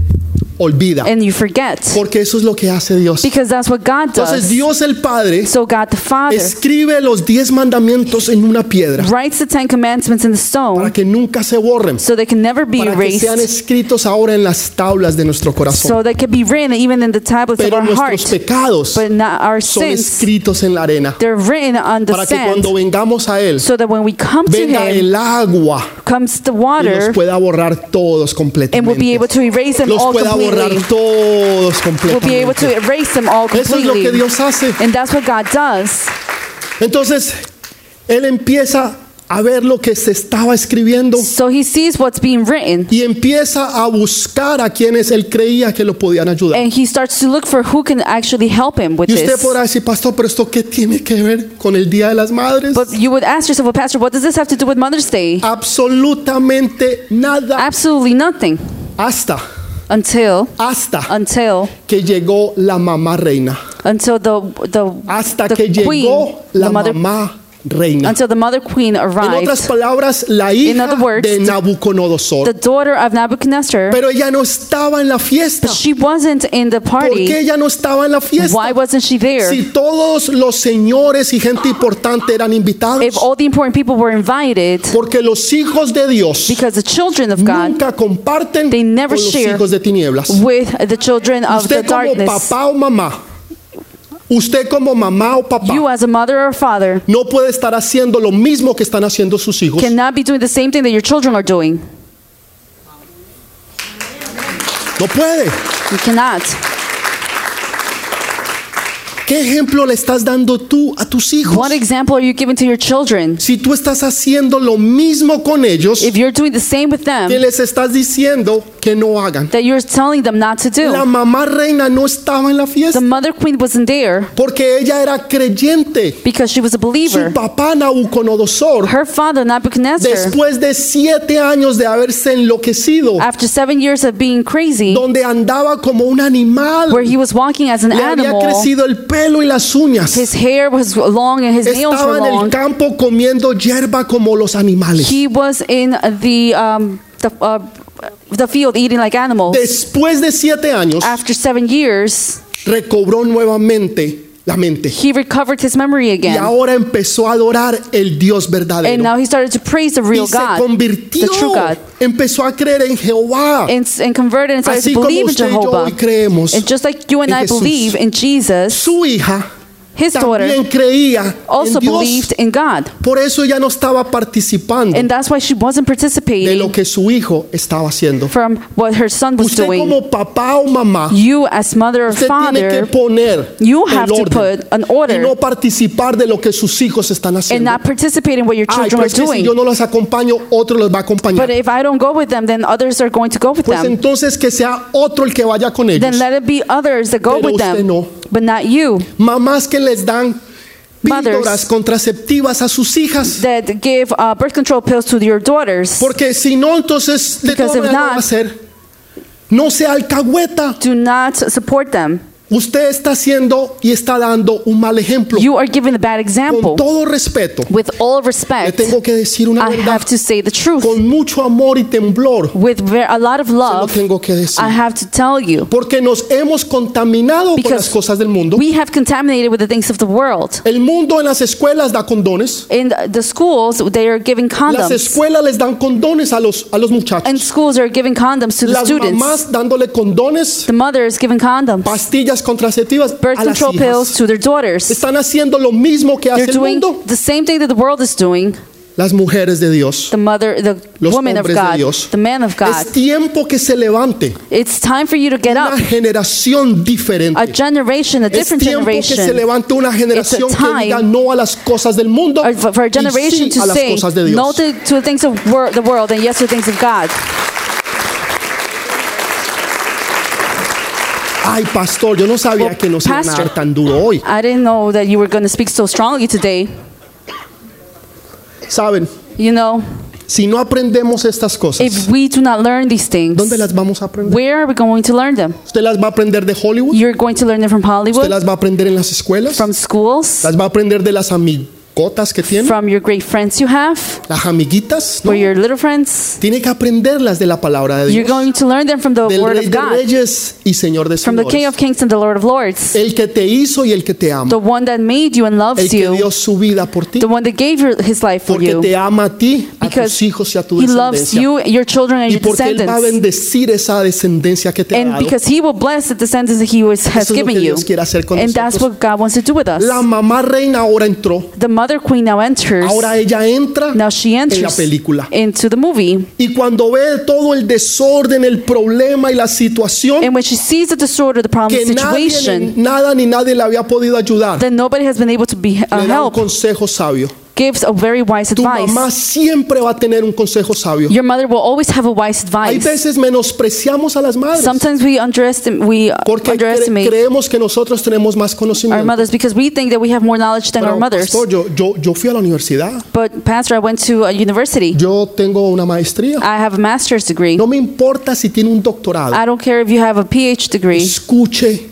Speaker 1: olvida.
Speaker 2: and you forget
Speaker 1: Porque eso es lo que hace Dios.
Speaker 2: because that's what God
Speaker 1: Entonces
Speaker 2: does.
Speaker 1: Dios el Padre
Speaker 2: So God the Father
Speaker 1: escribe los diez mandamientos en una piedra
Speaker 2: writes the Ten Commandments in the
Speaker 1: para
Speaker 2: stone
Speaker 1: que nunca se borren,
Speaker 2: so they can never be
Speaker 1: para que sean
Speaker 2: erased,
Speaker 1: escritos ahora en las tablas de nuestro corazón.
Speaker 2: so they can be written even in the tablets of
Speaker 1: Pero
Speaker 2: our
Speaker 1: nuestros
Speaker 2: heart,
Speaker 1: pecados
Speaker 2: but not our
Speaker 1: son
Speaker 2: sins.
Speaker 1: escritos en la arena
Speaker 2: They're written on the
Speaker 1: para que
Speaker 2: sand
Speaker 1: cuando vengamos a Él
Speaker 2: so that when we come to
Speaker 1: venga
Speaker 2: Him,
Speaker 1: el agua
Speaker 2: comes the
Speaker 1: y los
Speaker 2: water
Speaker 1: pueda borrar todos
Speaker 2: and we'll be
Speaker 1: completamente.
Speaker 2: able to erase them
Speaker 1: Los
Speaker 2: all
Speaker 1: pueda borrar
Speaker 2: completely.
Speaker 1: todos
Speaker 2: We'll be able
Speaker 1: completamente.
Speaker 2: to erase them all
Speaker 1: Eso es lo que
Speaker 2: completely.
Speaker 1: Dios hace.
Speaker 2: And that's what God does.
Speaker 1: Entonces, él empieza a ver lo que se estaba escribiendo
Speaker 2: So He sees what's being written
Speaker 1: y empieza a buscar a quienes él creía que lo podían ayudar.
Speaker 2: and He starts to look for who can actually help Him with
Speaker 1: Y usted
Speaker 2: this.
Speaker 1: podrá decir, pastor, pero esto qué tiene que ver con el Día de las Madres?
Speaker 2: But you would ask yourself, well, Pastor, what does this have to do with Mother's Day?
Speaker 1: Absolutamente nada
Speaker 2: Absolutely nothing
Speaker 1: hasta
Speaker 2: until
Speaker 1: hasta
Speaker 2: until
Speaker 1: que llegó la mamá reina,
Speaker 2: until the the
Speaker 1: hasta
Speaker 2: the
Speaker 1: que
Speaker 2: queen,
Speaker 1: llegó la
Speaker 2: the mother,
Speaker 1: mamá reina.
Speaker 2: until the mother queen
Speaker 1: En otras
Speaker 2: arrived,
Speaker 1: palabras, la hija
Speaker 2: other words,
Speaker 1: de
Speaker 2: the- the
Speaker 1: Nabucodonosor.
Speaker 2: daughter of Nebuchadnezzar.
Speaker 1: Pero ella no estaba en la fiesta.
Speaker 2: But she wasn't in the
Speaker 1: ¿Por qué
Speaker 2: party.
Speaker 1: ella no estaba en la fiesta?
Speaker 2: Why wasn't she there?
Speaker 1: Si todos los señores y gente importante eran invitados,
Speaker 2: If all the important people were invited,
Speaker 1: porque los hijos de Dios
Speaker 2: because the children of God
Speaker 1: nunca comparten
Speaker 2: They
Speaker 1: con
Speaker 2: never
Speaker 1: los
Speaker 2: share
Speaker 1: hijos de tinieblas.
Speaker 2: with the children of the
Speaker 1: Usted como
Speaker 2: darkness,
Speaker 1: papá o mamá, usted como mamá o papá,
Speaker 2: you as a mother or father
Speaker 1: no puede estar haciendo lo mismo que están haciendo sus hijos.
Speaker 2: cannot be doing the same thing that your children are doing.
Speaker 1: No puede.
Speaker 2: You cannot.
Speaker 1: ¿Qué ejemplo le estás dando tú a tus hijos?
Speaker 2: What example are you giving to your children?
Speaker 1: Si tú estás haciendo lo mismo con ellos,
Speaker 2: If you're doing the same with them,
Speaker 1: que les estás diciendo que no hagan.
Speaker 2: that you're telling them not to
Speaker 1: La
Speaker 2: do.
Speaker 1: mamá reina no estaba en la
Speaker 2: The
Speaker 1: fiesta
Speaker 2: mother queen wasn't there
Speaker 1: porque ella era creyente.
Speaker 2: because she was a
Speaker 1: Su
Speaker 2: believer.
Speaker 1: papá Nabucodonosor,
Speaker 2: Her father, Nebuchadnezzar,
Speaker 1: después de siete años de haberse enloquecido,
Speaker 2: after seven years of being crazy,
Speaker 1: donde andaba como un animal,
Speaker 2: where he was walking as an
Speaker 1: le había
Speaker 2: animal,
Speaker 1: crecido el pelo y las uñas.
Speaker 2: his hair was long and his nails
Speaker 1: Estaba
Speaker 2: were
Speaker 1: en el
Speaker 2: long.
Speaker 1: campo comiendo hierba como los animales.
Speaker 2: He was in the um, the, uh, the field eating like animals.
Speaker 1: Después de siete años,
Speaker 2: After seven years,
Speaker 1: recobró nuevamente la mente.
Speaker 2: he recovered his memory
Speaker 1: Y
Speaker 2: again,
Speaker 1: ahora empezó a adorar el Dios
Speaker 2: and
Speaker 1: verdadero.
Speaker 2: now he started to praise the
Speaker 1: Y
Speaker 2: real
Speaker 1: se
Speaker 2: God,
Speaker 1: convirtió,
Speaker 2: the true God,
Speaker 1: empezó a creer en Jehová.
Speaker 2: and, and converted and started
Speaker 1: Así
Speaker 2: to
Speaker 1: como
Speaker 2: believe in
Speaker 1: usted y yo
Speaker 2: Jehovah.
Speaker 1: hoy creemos,
Speaker 2: And just like you and
Speaker 1: en
Speaker 2: I
Speaker 1: Jesús.
Speaker 2: believe in Jesus,
Speaker 1: su hija
Speaker 2: His
Speaker 1: también
Speaker 2: daughter
Speaker 1: creía en
Speaker 2: also
Speaker 1: Dios.
Speaker 2: believed in God.
Speaker 1: Por eso ella no estaba participando
Speaker 2: And that's why she wasn't
Speaker 1: de lo
Speaker 2: participating
Speaker 1: que su hijo estaba haciendo.
Speaker 2: from what her son was
Speaker 1: Usted
Speaker 2: doing.
Speaker 1: como papá o mamá,
Speaker 2: You, as mother or
Speaker 1: usted tiene que
Speaker 2: father,
Speaker 1: poner
Speaker 2: you
Speaker 1: el
Speaker 2: have to
Speaker 1: orden
Speaker 2: put an
Speaker 1: y
Speaker 2: order.
Speaker 1: no participar de lo que sus hijos están
Speaker 2: and
Speaker 1: haciendo.
Speaker 2: not participate in what your
Speaker 1: Ay, pero
Speaker 2: children are
Speaker 1: es que si
Speaker 2: doing.
Speaker 1: yo no los acompaño, otro los va a acompañar.
Speaker 2: But if I don't go with them, then others are going to go with
Speaker 1: Pues
Speaker 2: them.
Speaker 1: entonces que sea otro el que vaya con ellos.
Speaker 2: Then let it be others that go
Speaker 1: Pero
Speaker 2: with
Speaker 1: usted
Speaker 2: them,
Speaker 1: no.
Speaker 2: but not you.
Speaker 1: Mamás que les dan píldoras
Speaker 2: Mothers.
Speaker 1: contraceptivas a sus hijas.
Speaker 2: That give uh, birth control pills to your daughters.
Speaker 1: Porque si no, entonces de
Speaker 2: Because
Speaker 1: todas
Speaker 2: if
Speaker 1: maneras lo va a
Speaker 2: not-
Speaker 1: hacer. No sea alcahueta.
Speaker 2: Do not support them.
Speaker 1: Usted está haciendo y está dando un mal ejemplo.
Speaker 2: You are giving a bad
Speaker 1: Con
Speaker 2: example.
Speaker 1: todo respeto,
Speaker 2: With all
Speaker 1: le
Speaker 2: respect,
Speaker 1: tengo que decir una
Speaker 2: I
Speaker 1: verdad.
Speaker 2: have to say the truth.
Speaker 1: Con mucho amor y temblor,
Speaker 2: With ver- a lot of
Speaker 1: lo
Speaker 2: love,
Speaker 1: tengo que decir.
Speaker 2: I have to tell you.
Speaker 1: Porque nos hemos contaminado con
Speaker 2: Because
Speaker 1: las cosas del mundo.
Speaker 2: We have contaminated with the things of the world.
Speaker 1: El mundo en las escuelas da condones.
Speaker 2: In the schools, they are giving
Speaker 1: Las
Speaker 2: condoms.
Speaker 1: escuelas les dan condones a los, a los muchachos.
Speaker 2: And schools are giving condoms to the
Speaker 1: Las
Speaker 2: students.
Speaker 1: mamás dándole condones,
Speaker 2: The mother is giving condoms,
Speaker 1: pastillas contraceptivas
Speaker 2: birth
Speaker 1: a las
Speaker 2: control pills
Speaker 1: hijas.
Speaker 2: to their daughters.
Speaker 1: Están haciendo lo mismo que hace
Speaker 2: They're
Speaker 1: el
Speaker 2: doing
Speaker 1: mundo.
Speaker 2: the same thing that the world is doing.
Speaker 1: Las mujeres de Dios.
Speaker 2: The mother, the
Speaker 1: Los
Speaker 2: woman of
Speaker 1: hombres de
Speaker 2: God,
Speaker 1: Dios.
Speaker 2: the man of God.
Speaker 1: Es tiempo que se levante
Speaker 2: It's time for you to get
Speaker 1: una
Speaker 2: up.
Speaker 1: generación diferente.
Speaker 2: A generation, a
Speaker 1: Es
Speaker 2: different
Speaker 1: tiempo que se
Speaker 2: generation,
Speaker 1: levante una generación que
Speaker 2: time
Speaker 1: diga no a las cosas del mundo
Speaker 2: or for for a generation
Speaker 1: y sí
Speaker 2: to
Speaker 1: a las
Speaker 2: say
Speaker 1: cosas de
Speaker 2: no
Speaker 1: Dios.
Speaker 2: to, to the things of wor- the world and yes to the things of God.
Speaker 1: Ay, pastor, yo no sabía
Speaker 2: Well,
Speaker 1: que nos iban a
Speaker 2: pastor.
Speaker 1: dar tan duro hoy.
Speaker 2: I didn't know that you were going to speak so strongly today.
Speaker 1: Saben,
Speaker 2: You know,
Speaker 1: si no aprendemos estas
Speaker 2: if
Speaker 1: cosas,
Speaker 2: we do not learn these things,
Speaker 1: ¿dónde las vamos a aprender?
Speaker 2: where are we going to learn them?
Speaker 1: ¿Usted las va a aprender de Hollywood?
Speaker 2: You're going to learn them from
Speaker 1: ¿Usted
Speaker 2: Hollywood,
Speaker 1: las va a aprender en las escuelas?
Speaker 2: from schools,
Speaker 1: ¿Las va a aprender de las amigotas que tiene?
Speaker 2: from your great friends you have,
Speaker 1: ¿Las amiguitas? No.
Speaker 2: or your little friends.
Speaker 1: Tiene que aprenderlas de la palabra de
Speaker 2: You're
Speaker 1: Dios.
Speaker 2: going to learn them from the
Speaker 1: Del
Speaker 2: Word
Speaker 1: Rey
Speaker 2: of
Speaker 1: de
Speaker 2: God,
Speaker 1: Reyes y Señor de
Speaker 2: from the King
Speaker 1: Señores.
Speaker 2: of Kings and the Lord of Lords,
Speaker 1: El que te hizo y el que te ama.
Speaker 2: the one that made you and
Speaker 1: El
Speaker 2: loves
Speaker 1: que
Speaker 2: you,
Speaker 1: dio su vida por ti.
Speaker 2: the one that gave your, His life for
Speaker 1: Porque
Speaker 2: you,
Speaker 1: te ama a ti, a tus
Speaker 2: because
Speaker 1: hijos y a tu
Speaker 2: He loves
Speaker 1: descendencia.
Speaker 2: you, your children, and
Speaker 1: Y
Speaker 2: your
Speaker 1: porque Él va a
Speaker 2: descendants,
Speaker 1: bendecir esa descendencia que te ha
Speaker 2: and
Speaker 1: dado.
Speaker 2: because He will bless the descendants that He was, has
Speaker 1: Eso es lo que
Speaker 2: given you,
Speaker 1: Dios quiere hacer con
Speaker 2: and that's
Speaker 1: nosotros.
Speaker 2: what God wants to do with us.
Speaker 1: La mamá reina ahora entró.
Speaker 2: The Mother Queen now enters.
Speaker 1: Ahora ella entra
Speaker 2: Now she
Speaker 1: en la
Speaker 2: enters
Speaker 1: película.
Speaker 2: into the movie,
Speaker 1: Y cuando ve todo el desorden, el problema y la situación,
Speaker 2: and when she sees the disorder, the problem,
Speaker 1: que
Speaker 2: the
Speaker 1: nadie, ni-
Speaker 2: situation,
Speaker 1: nada ni nadie le había podido ayudar,
Speaker 2: then nobody has been able to be uh,
Speaker 1: le da un
Speaker 2: help.
Speaker 1: consejo sabio.
Speaker 2: Gives a very wise
Speaker 1: Tu
Speaker 2: advice.
Speaker 1: mamá siempre va a tener un consejo sabio.
Speaker 2: Your mother will always have a wise
Speaker 1: Hay
Speaker 2: advice.
Speaker 1: veces menospreciamos a las madres
Speaker 2: Sometimes we underestimate, we
Speaker 1: porque cre-
Speaker 2: underestimate
Speaker 1: creemos que nosotros tenemos más
Speaker 2: our
Speaker 1: conocimiento.
Speaker 2: mothers because we think that we have more knowledge than our
Speaker 1: Pero,
Speaker 2: mothers.
Speaker 1: pastor, yo, yo, yo fui a la universidad,
Speaker 2: But pastor, I went to a university.
Speaker 1: yo tengo una maestría.
Speaker 2: I have a master's degree.
Speaker 1: No me importa si tiene un doctorado.
Speaker 2: I don't care if you have a PhD degree.
Speaker 1: Escuche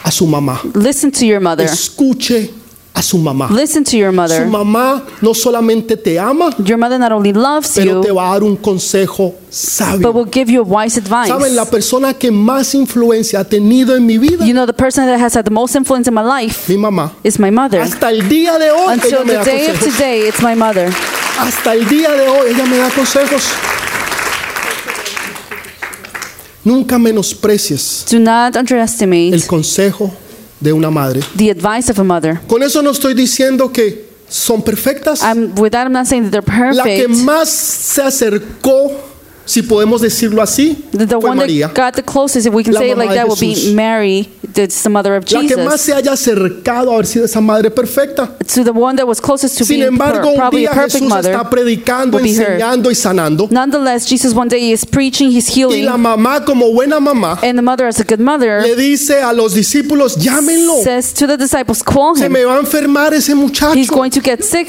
Speaker 1: a su mamá.
Speaker 2: Listen to your mother.
Speaker 1: Escuche a su mamá.
Speaker 2: Listen to your
Speaker 1: Su
Speaker 2: mother.
Speaker 1: mamá no solamente te ama,
Speaker 2: Your mother not only loves
Speaker 1: pero te
Speaker 2: you,
Speaker 1: va a dar un consejo
Speaker 2: but
Speaker 1: sabio.
Speaker 2: will give you a wise
Speaker 1: Saben, la
Speaker 2: advice.
Speaker 1: persona que más influencia ha tenido en mi vida,
Speaker 2: You know, the person that has had the most influence in my life
Speaker 1: mi mamá.
Speaker 2: is my mother.
Speaker 1: Hasta el día de hoy ella
Speaker 2: Until
Speaker 1: me
Speaker 2: the
Speaker 1: da
Speaker 2: day of
Speaker 1: consejos.
Speaker 2: today, it's my mother.
Speaker 1: Hasta el día de hoy ella me da consejos. Nunca menosprecies
Speaker 2: Do not underestimate
Speaker 1: el consejo de una madre.
Speaker 2: the advice of a mother.
Speaker 1: Con eso no estoy diciendo que son perfectas.
Speaker 2: I'm, with that, I'm not saying that they're
Speaker 1: La que
Speaker 2: perfect.
Speaker 1: más se acercó, si podemos decirlo así,
Speaker 2: The, the
Speaker 1: fue
Speaker 2: one
Speaker 1: María.
Speaker 2: that got the closest, if we can
Speaker 1: La
Speaker 2: say it
Speaker 1: mamá
Speaker 2: like
Speaker 1: de
Speaker 2: that, will
Speaker 1: Jesús.
Speaker 2: be Mary, that's the mother of
Speaker 1: La que más
Speaker 2: Jesus,
Speaker 1: se haya acercado a haber sido esa madre perfecta.
Speaker 2: to the one that was closest to
Speaker 1: Sin
Speaker 2: being
Speaker 1: embargo,
Speaker 2: per-
Speaker 1: un
Speaker 2: probably a
Speaker 1: día
Speaker 2: perfect
Speaker 1: Jesús está
Speaker 2: mother.
Speaker 1: predicando,
Speaker 2: would be her.
Speaker 1: enseñando y sanando.
Speaker 2: Nonetheless, Jesus one day is preaching, he's
Speaker 1: Y la
Speaker 2: healing,
Speaker 1: mamá, como buena mamá,
Speaker 2: and the mother, as a good
Speaker 1: le
Speaker 2: mother,
Speaker 1: dice a los discípulos, llámenlo.
Speaker 2: says to the disciples, call
Speaker 1: Se
Speaker 2: him.
Speaker 1: me va a enfermar ese
Speaker 2: He's
Speaker 1: muchacho.
Speaker 2: going to get sick.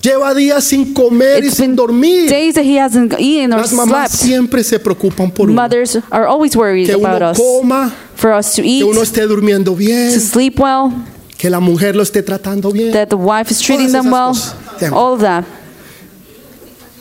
Speaker 1: Lleva días sin comer y
Speaker 2: It's
Speaker 1: sin
Speaker 2: been
Speaker 1: dormir.
Speaker 2: Days that he hasn't eaten or
Speaker 1: Las mamás
Speaker 2: slept.
Speaker 1: siempre se preocupan por uno.
Speaker 2: Mothers are always worried
Speaker 1: Que
Speaker 2: about
Speaker 1: uno
Speaker 2: us.
Speaker 1: coma,
Speaker 2: For us to
Speaker 1: que uno
Speaker 2: eat,
Speaker 1: esté durmiendo
Speaker 2: to
Speaker 1: bien,
Speaker 2: sleep well,
Speaker 1: que la mujer lo esté tratando bien.
Speaker 2: that the wife is treating
Speaker 1: Todas esas
Speaker 2: them well,
Speaker 1: cosas. Damn.
Speaker 2: all of that.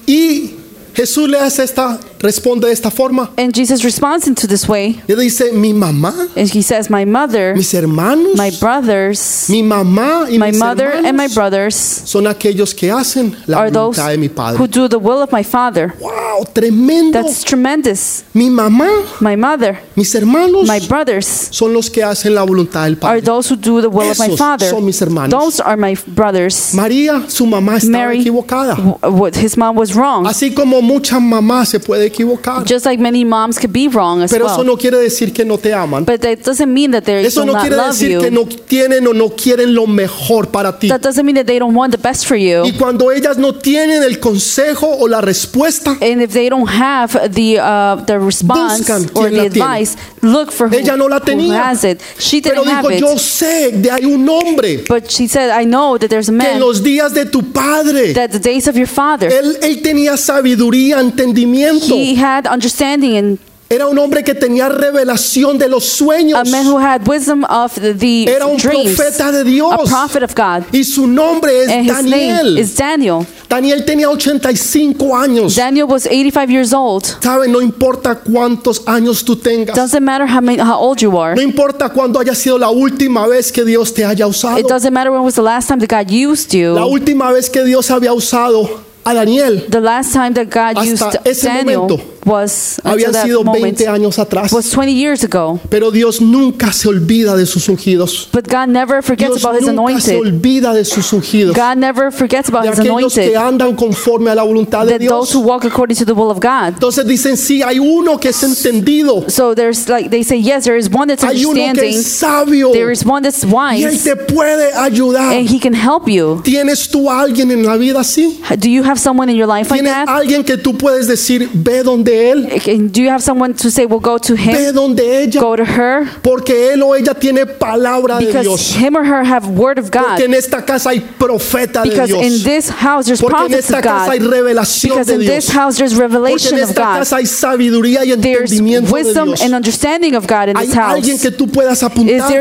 Speaker 1: Y Jesús le hace esta responde de esta forma.
Speaker 2: And Jesus responds into this way.
Speaker 1: Él dice, mi mamá,
Speaker 2: And he says, My mother,
Speaker 1: mis hermanos,
Speaker 2: my brothers,
Speaker 1: mi mamá y
Speaker 2: my
Speaker 1: mis
Speaker 2: mother
Speaker 1: hermanos
Speaker 2: and my brothers
Speaker 1: son aquellos que hacen la
Speaker 2: are those
Speaker 1: voluntad de mi
Speaker 2: who
Speaker 1: padre.
Speaker 2: do the will of my father.
Speaker 1: Wow, tremendo.
Speaker 2: That's tremendous.
Speaker 1: Mi mamá,
Speaker 2: My mother,
Speaker 1: mis hermanos
Speaker 2: my brothers
Speaker 1: son los que hacen la voluntad del
Speaker 2: are
Speaker 1: padre.
Speaker 2: those who do the will of my
Speaker 1: Esos
Speaker 2: father.
Speaker 1: son mis hermanos.
Speaker 2: Those are my brothers.
Speaker 1: María, su mamá estaba
Speaker 2: Mary,
Speaker 1: equivocada.
Speaker 2: w- what his mom was wrong.
Speaker 1: Así como muchas mamás se puede equivocar,
Speaker 2: Just like many moms could be wrong as
Speaker 1: pero eso
Speaker 2: well.
Speaker 1: no quiere decir que no te aman.
Speaker 2: But that doesn't mean that they
Speaker 1: Eso
Speaker 2: do
Speaker 1: no
Speaker 2: not
Speaker 1: quiere
Speaker 2: love
Speaker 1: decir que
Speaker 2: you.
Speaker 1: no tienen o no quieren lo mejor para ti.
Speaker 2: That doesn't mean that they don't want the best for
Speaker 1: Y
Speaker 2: you.
Speaker 1: cuando ellas no tienen el consejo o la respuesta,
Speaker 2: And if they don't have the uh, the response
Speaker 1: Buscan
Speaker 2: or
Speaker 1: quien la
Speaker 2: the
Speaker 1: tiene.
Speaker 2: advice, look for who,
Speaker 1: Ella no la
Speaker 2: who
Speaker 1: tenía.
Speaker 2: has it. She
Speaker 1: pero
Speaker 2: didn't have
Speaker 1: dijo, yo
Speaker 2: it.
Speaker 1: sé de hay un hombre
Speaker 2: But she said, I know that there's a
Speaker 1: que en
Speaker 2: man
Speaker 1: los días de tu padre,
Speaker 2: that the days of your father,
Speaker 1: él, él tenía sabiduría, entendimiento.
Speaker 2: he had understanding and
Speaker 1: Era un hombre que tenía revelación de los sueños.
Speaker 2: a man who had wisdom of the, the
Speaker 1: Era un
Speaker 2: dreams,
Speaker 1: profeta de Dios.
Speaker 2: a prophet of God.
Speaker 1: Y su nombre es
Speaker 2: And his name
Speaker 1: Daniel.
Speaker 2: is Daniel.
Speaker 1: Daniel tenía 85 años.
Speaker 2: Daniel was 85 years old.
Speaker 1: Sabe, no importa cuántos años tú tengas.
Speaker 2: Doesn't matter how, many, how old you are.
Speaker 1: No importa cuándo haya sido la última vez que Dios te haya usado.
Speaker 2: It doesn't matter when was the last time that God used
Speaker 1: La
Speaker 2: you.
Speaker 1: última vez que Dios había usado a Daniel
Speaker 2: The last time that God
Speaker 1: Hasta
Speaker 2: used
Speaker 1: ese
Speaker 2: Daniel
Speaker 1: momento,
Speaker 2: was until
Speaker 1: habían
Speaker 2: that
Speaker 1: sido
Speaker 2: moment
Speaker 1: 20 años atrás.
Speaker 2: was 20 years ago.
Speaker 1: Pero Dios nunca se olvida de sus ungidos.
Speaker 2: But God never forgets
Speaker 1: Dios
Speaker 2: about His
Speaker 1: nunca se
Speaker 2: anointed.
Speaker 1: olvida de sus ungidos. De
Speaker 2: God never forgets about His
Speaker 1: aquellos
Speaker 2: anointed.
Speaker 1: que andan conforme a la voluntad de
Speaker 2: That those
Speaker 1: Dios.
Speaker 2: who walk according to the will of God.
Speaker 1: Entonces dicen, sí, hay uno que es entendido.
Speaker 2: So there's like they say, yes, there is one that's
Speaker 1: Hay uno que
Speaker 2: understanding.
Speaker 1: es sabio.
Speaker 2: There is one that's
Speaker 1: Y él
Speaker 2: wise,
Speaker 1: te puede ayudar.
Speaker 2: and He can help you.
Speaker 1: ¿Tienes tú a alguien en la vida así?
Speaker 2: Do you have someone in your life like
Speaker 1: ¿Tienes
Speaker 2: that?
Speaker 1: alguien que tú puedes decir, ve donde él,
Speaker 2: And do you have someone to say, well, go to him,
Speaker 1: ve donde ella?
Speaker 2: go to her,
Speaker 1: Porque él o ella tiene palabra de
Speaker 2: because
Speaker 1: Dios.
Speaker 2: him or her have word of God.
Speaker 1: Porque en esta casa hay profeta de
Speaker 2: Because in
Speaker 1: Dios.
Speaker 2: this house there's
Speaker 1: Porque en
Speaker 2: prophets
Speaker 1: esta
Speaker 2: of
Speaker 1: casa hay
Speaker 2: God.
Speaker 1: revelación
Speaker 2: Because
Speaker 1: de
Speaker 2: in this
Speaker 1: Dios.
Speaker 2: house there's
Speaker 1: Porque en
Speaker 2: revelation of
Speaker 1: esta
Speaker 2: God.
Speaker 1: casa hay sabiduría y
Speaker 2: There's
Speaker 1: entendimiento de
Speaker 2: wisdom
Speaker 1: Dios.
Speaker 2: and understanding of God in
Speaker 1: Hay
Speaker 2: this
Speaker 1: alguien
Speaker 2: house.
Speaker 1: que tú puedas
Speaker 2: Is there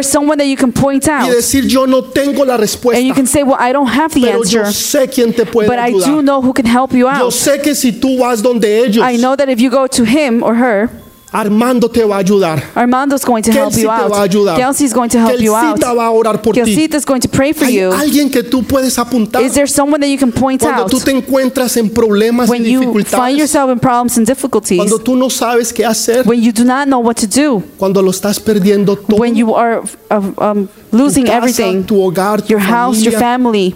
Speaker 1: apuntar
Speaker 2: someone that you can point
Speaker 1: y
Speaker 2: out?
Speaker 1: decir yo no tengo la
Speaker 2: And you
Speaker 1: respuesta,
Speaker 2: can say, well, I don't have the
Speaker 1: pero yo
Speaker 2: answer,
Speaker 1: sé quién te puede
Speaker 2: but I do
Speaker 1: ayudar.
Speaker 2: know who can help you
Speaker 1: Yo
Speaker 2: out.
Speaker 1: sé que si tú vas donde ellos,
Speaker 2: I know that if you go to him or her,
Speaker 1: Armando te va a ayudar.
Speaker 2: Armando's going to
Speaker 1: Que él
Speaker 2: help
Speaker 1: sí
Speaker 2: you
Speaker 1: te
Speaker 2: out.
Speaker 1: va a ayudar.
Speaker 2: Kelsey's going to
Speaker 1: Que
Speaker 2: help
Speaker 1: él
Speaker 2: you
Speaker 1: sí
Speaker 2: out.
Speaker 1: te va a orar por ti.
Speaker 2: Kelsey's going to pray for
Speaker 1: Hay
Speaker 2: you.
Speaker 1: alguien que tú puedes apuntar
Speaker 2: Is there someone that you can point
Speaker 1: cuando
Speaker 2: out
Speaker 1: tú te encuentras en problemas y
Speaker 2: when you find
Speaker 1: dificultades,
Speaker 2: yourself in problems and difficulties,
Speaker 1: cuando tú no sabes qué hacer,
Speaker 2: when you do not know what to do?
Speaker 1: cuando lo estás perdiendo todo,
Speaker 2: when you are uh, um,
Speaker 1: tu
Speaker 2: losing
Speaker 1: casa,
Speaker 2: everything
Speaker 1: tu hogar, tu
Speaker 2: your house, your
Speaker 1: familia,
Speaker 2: family,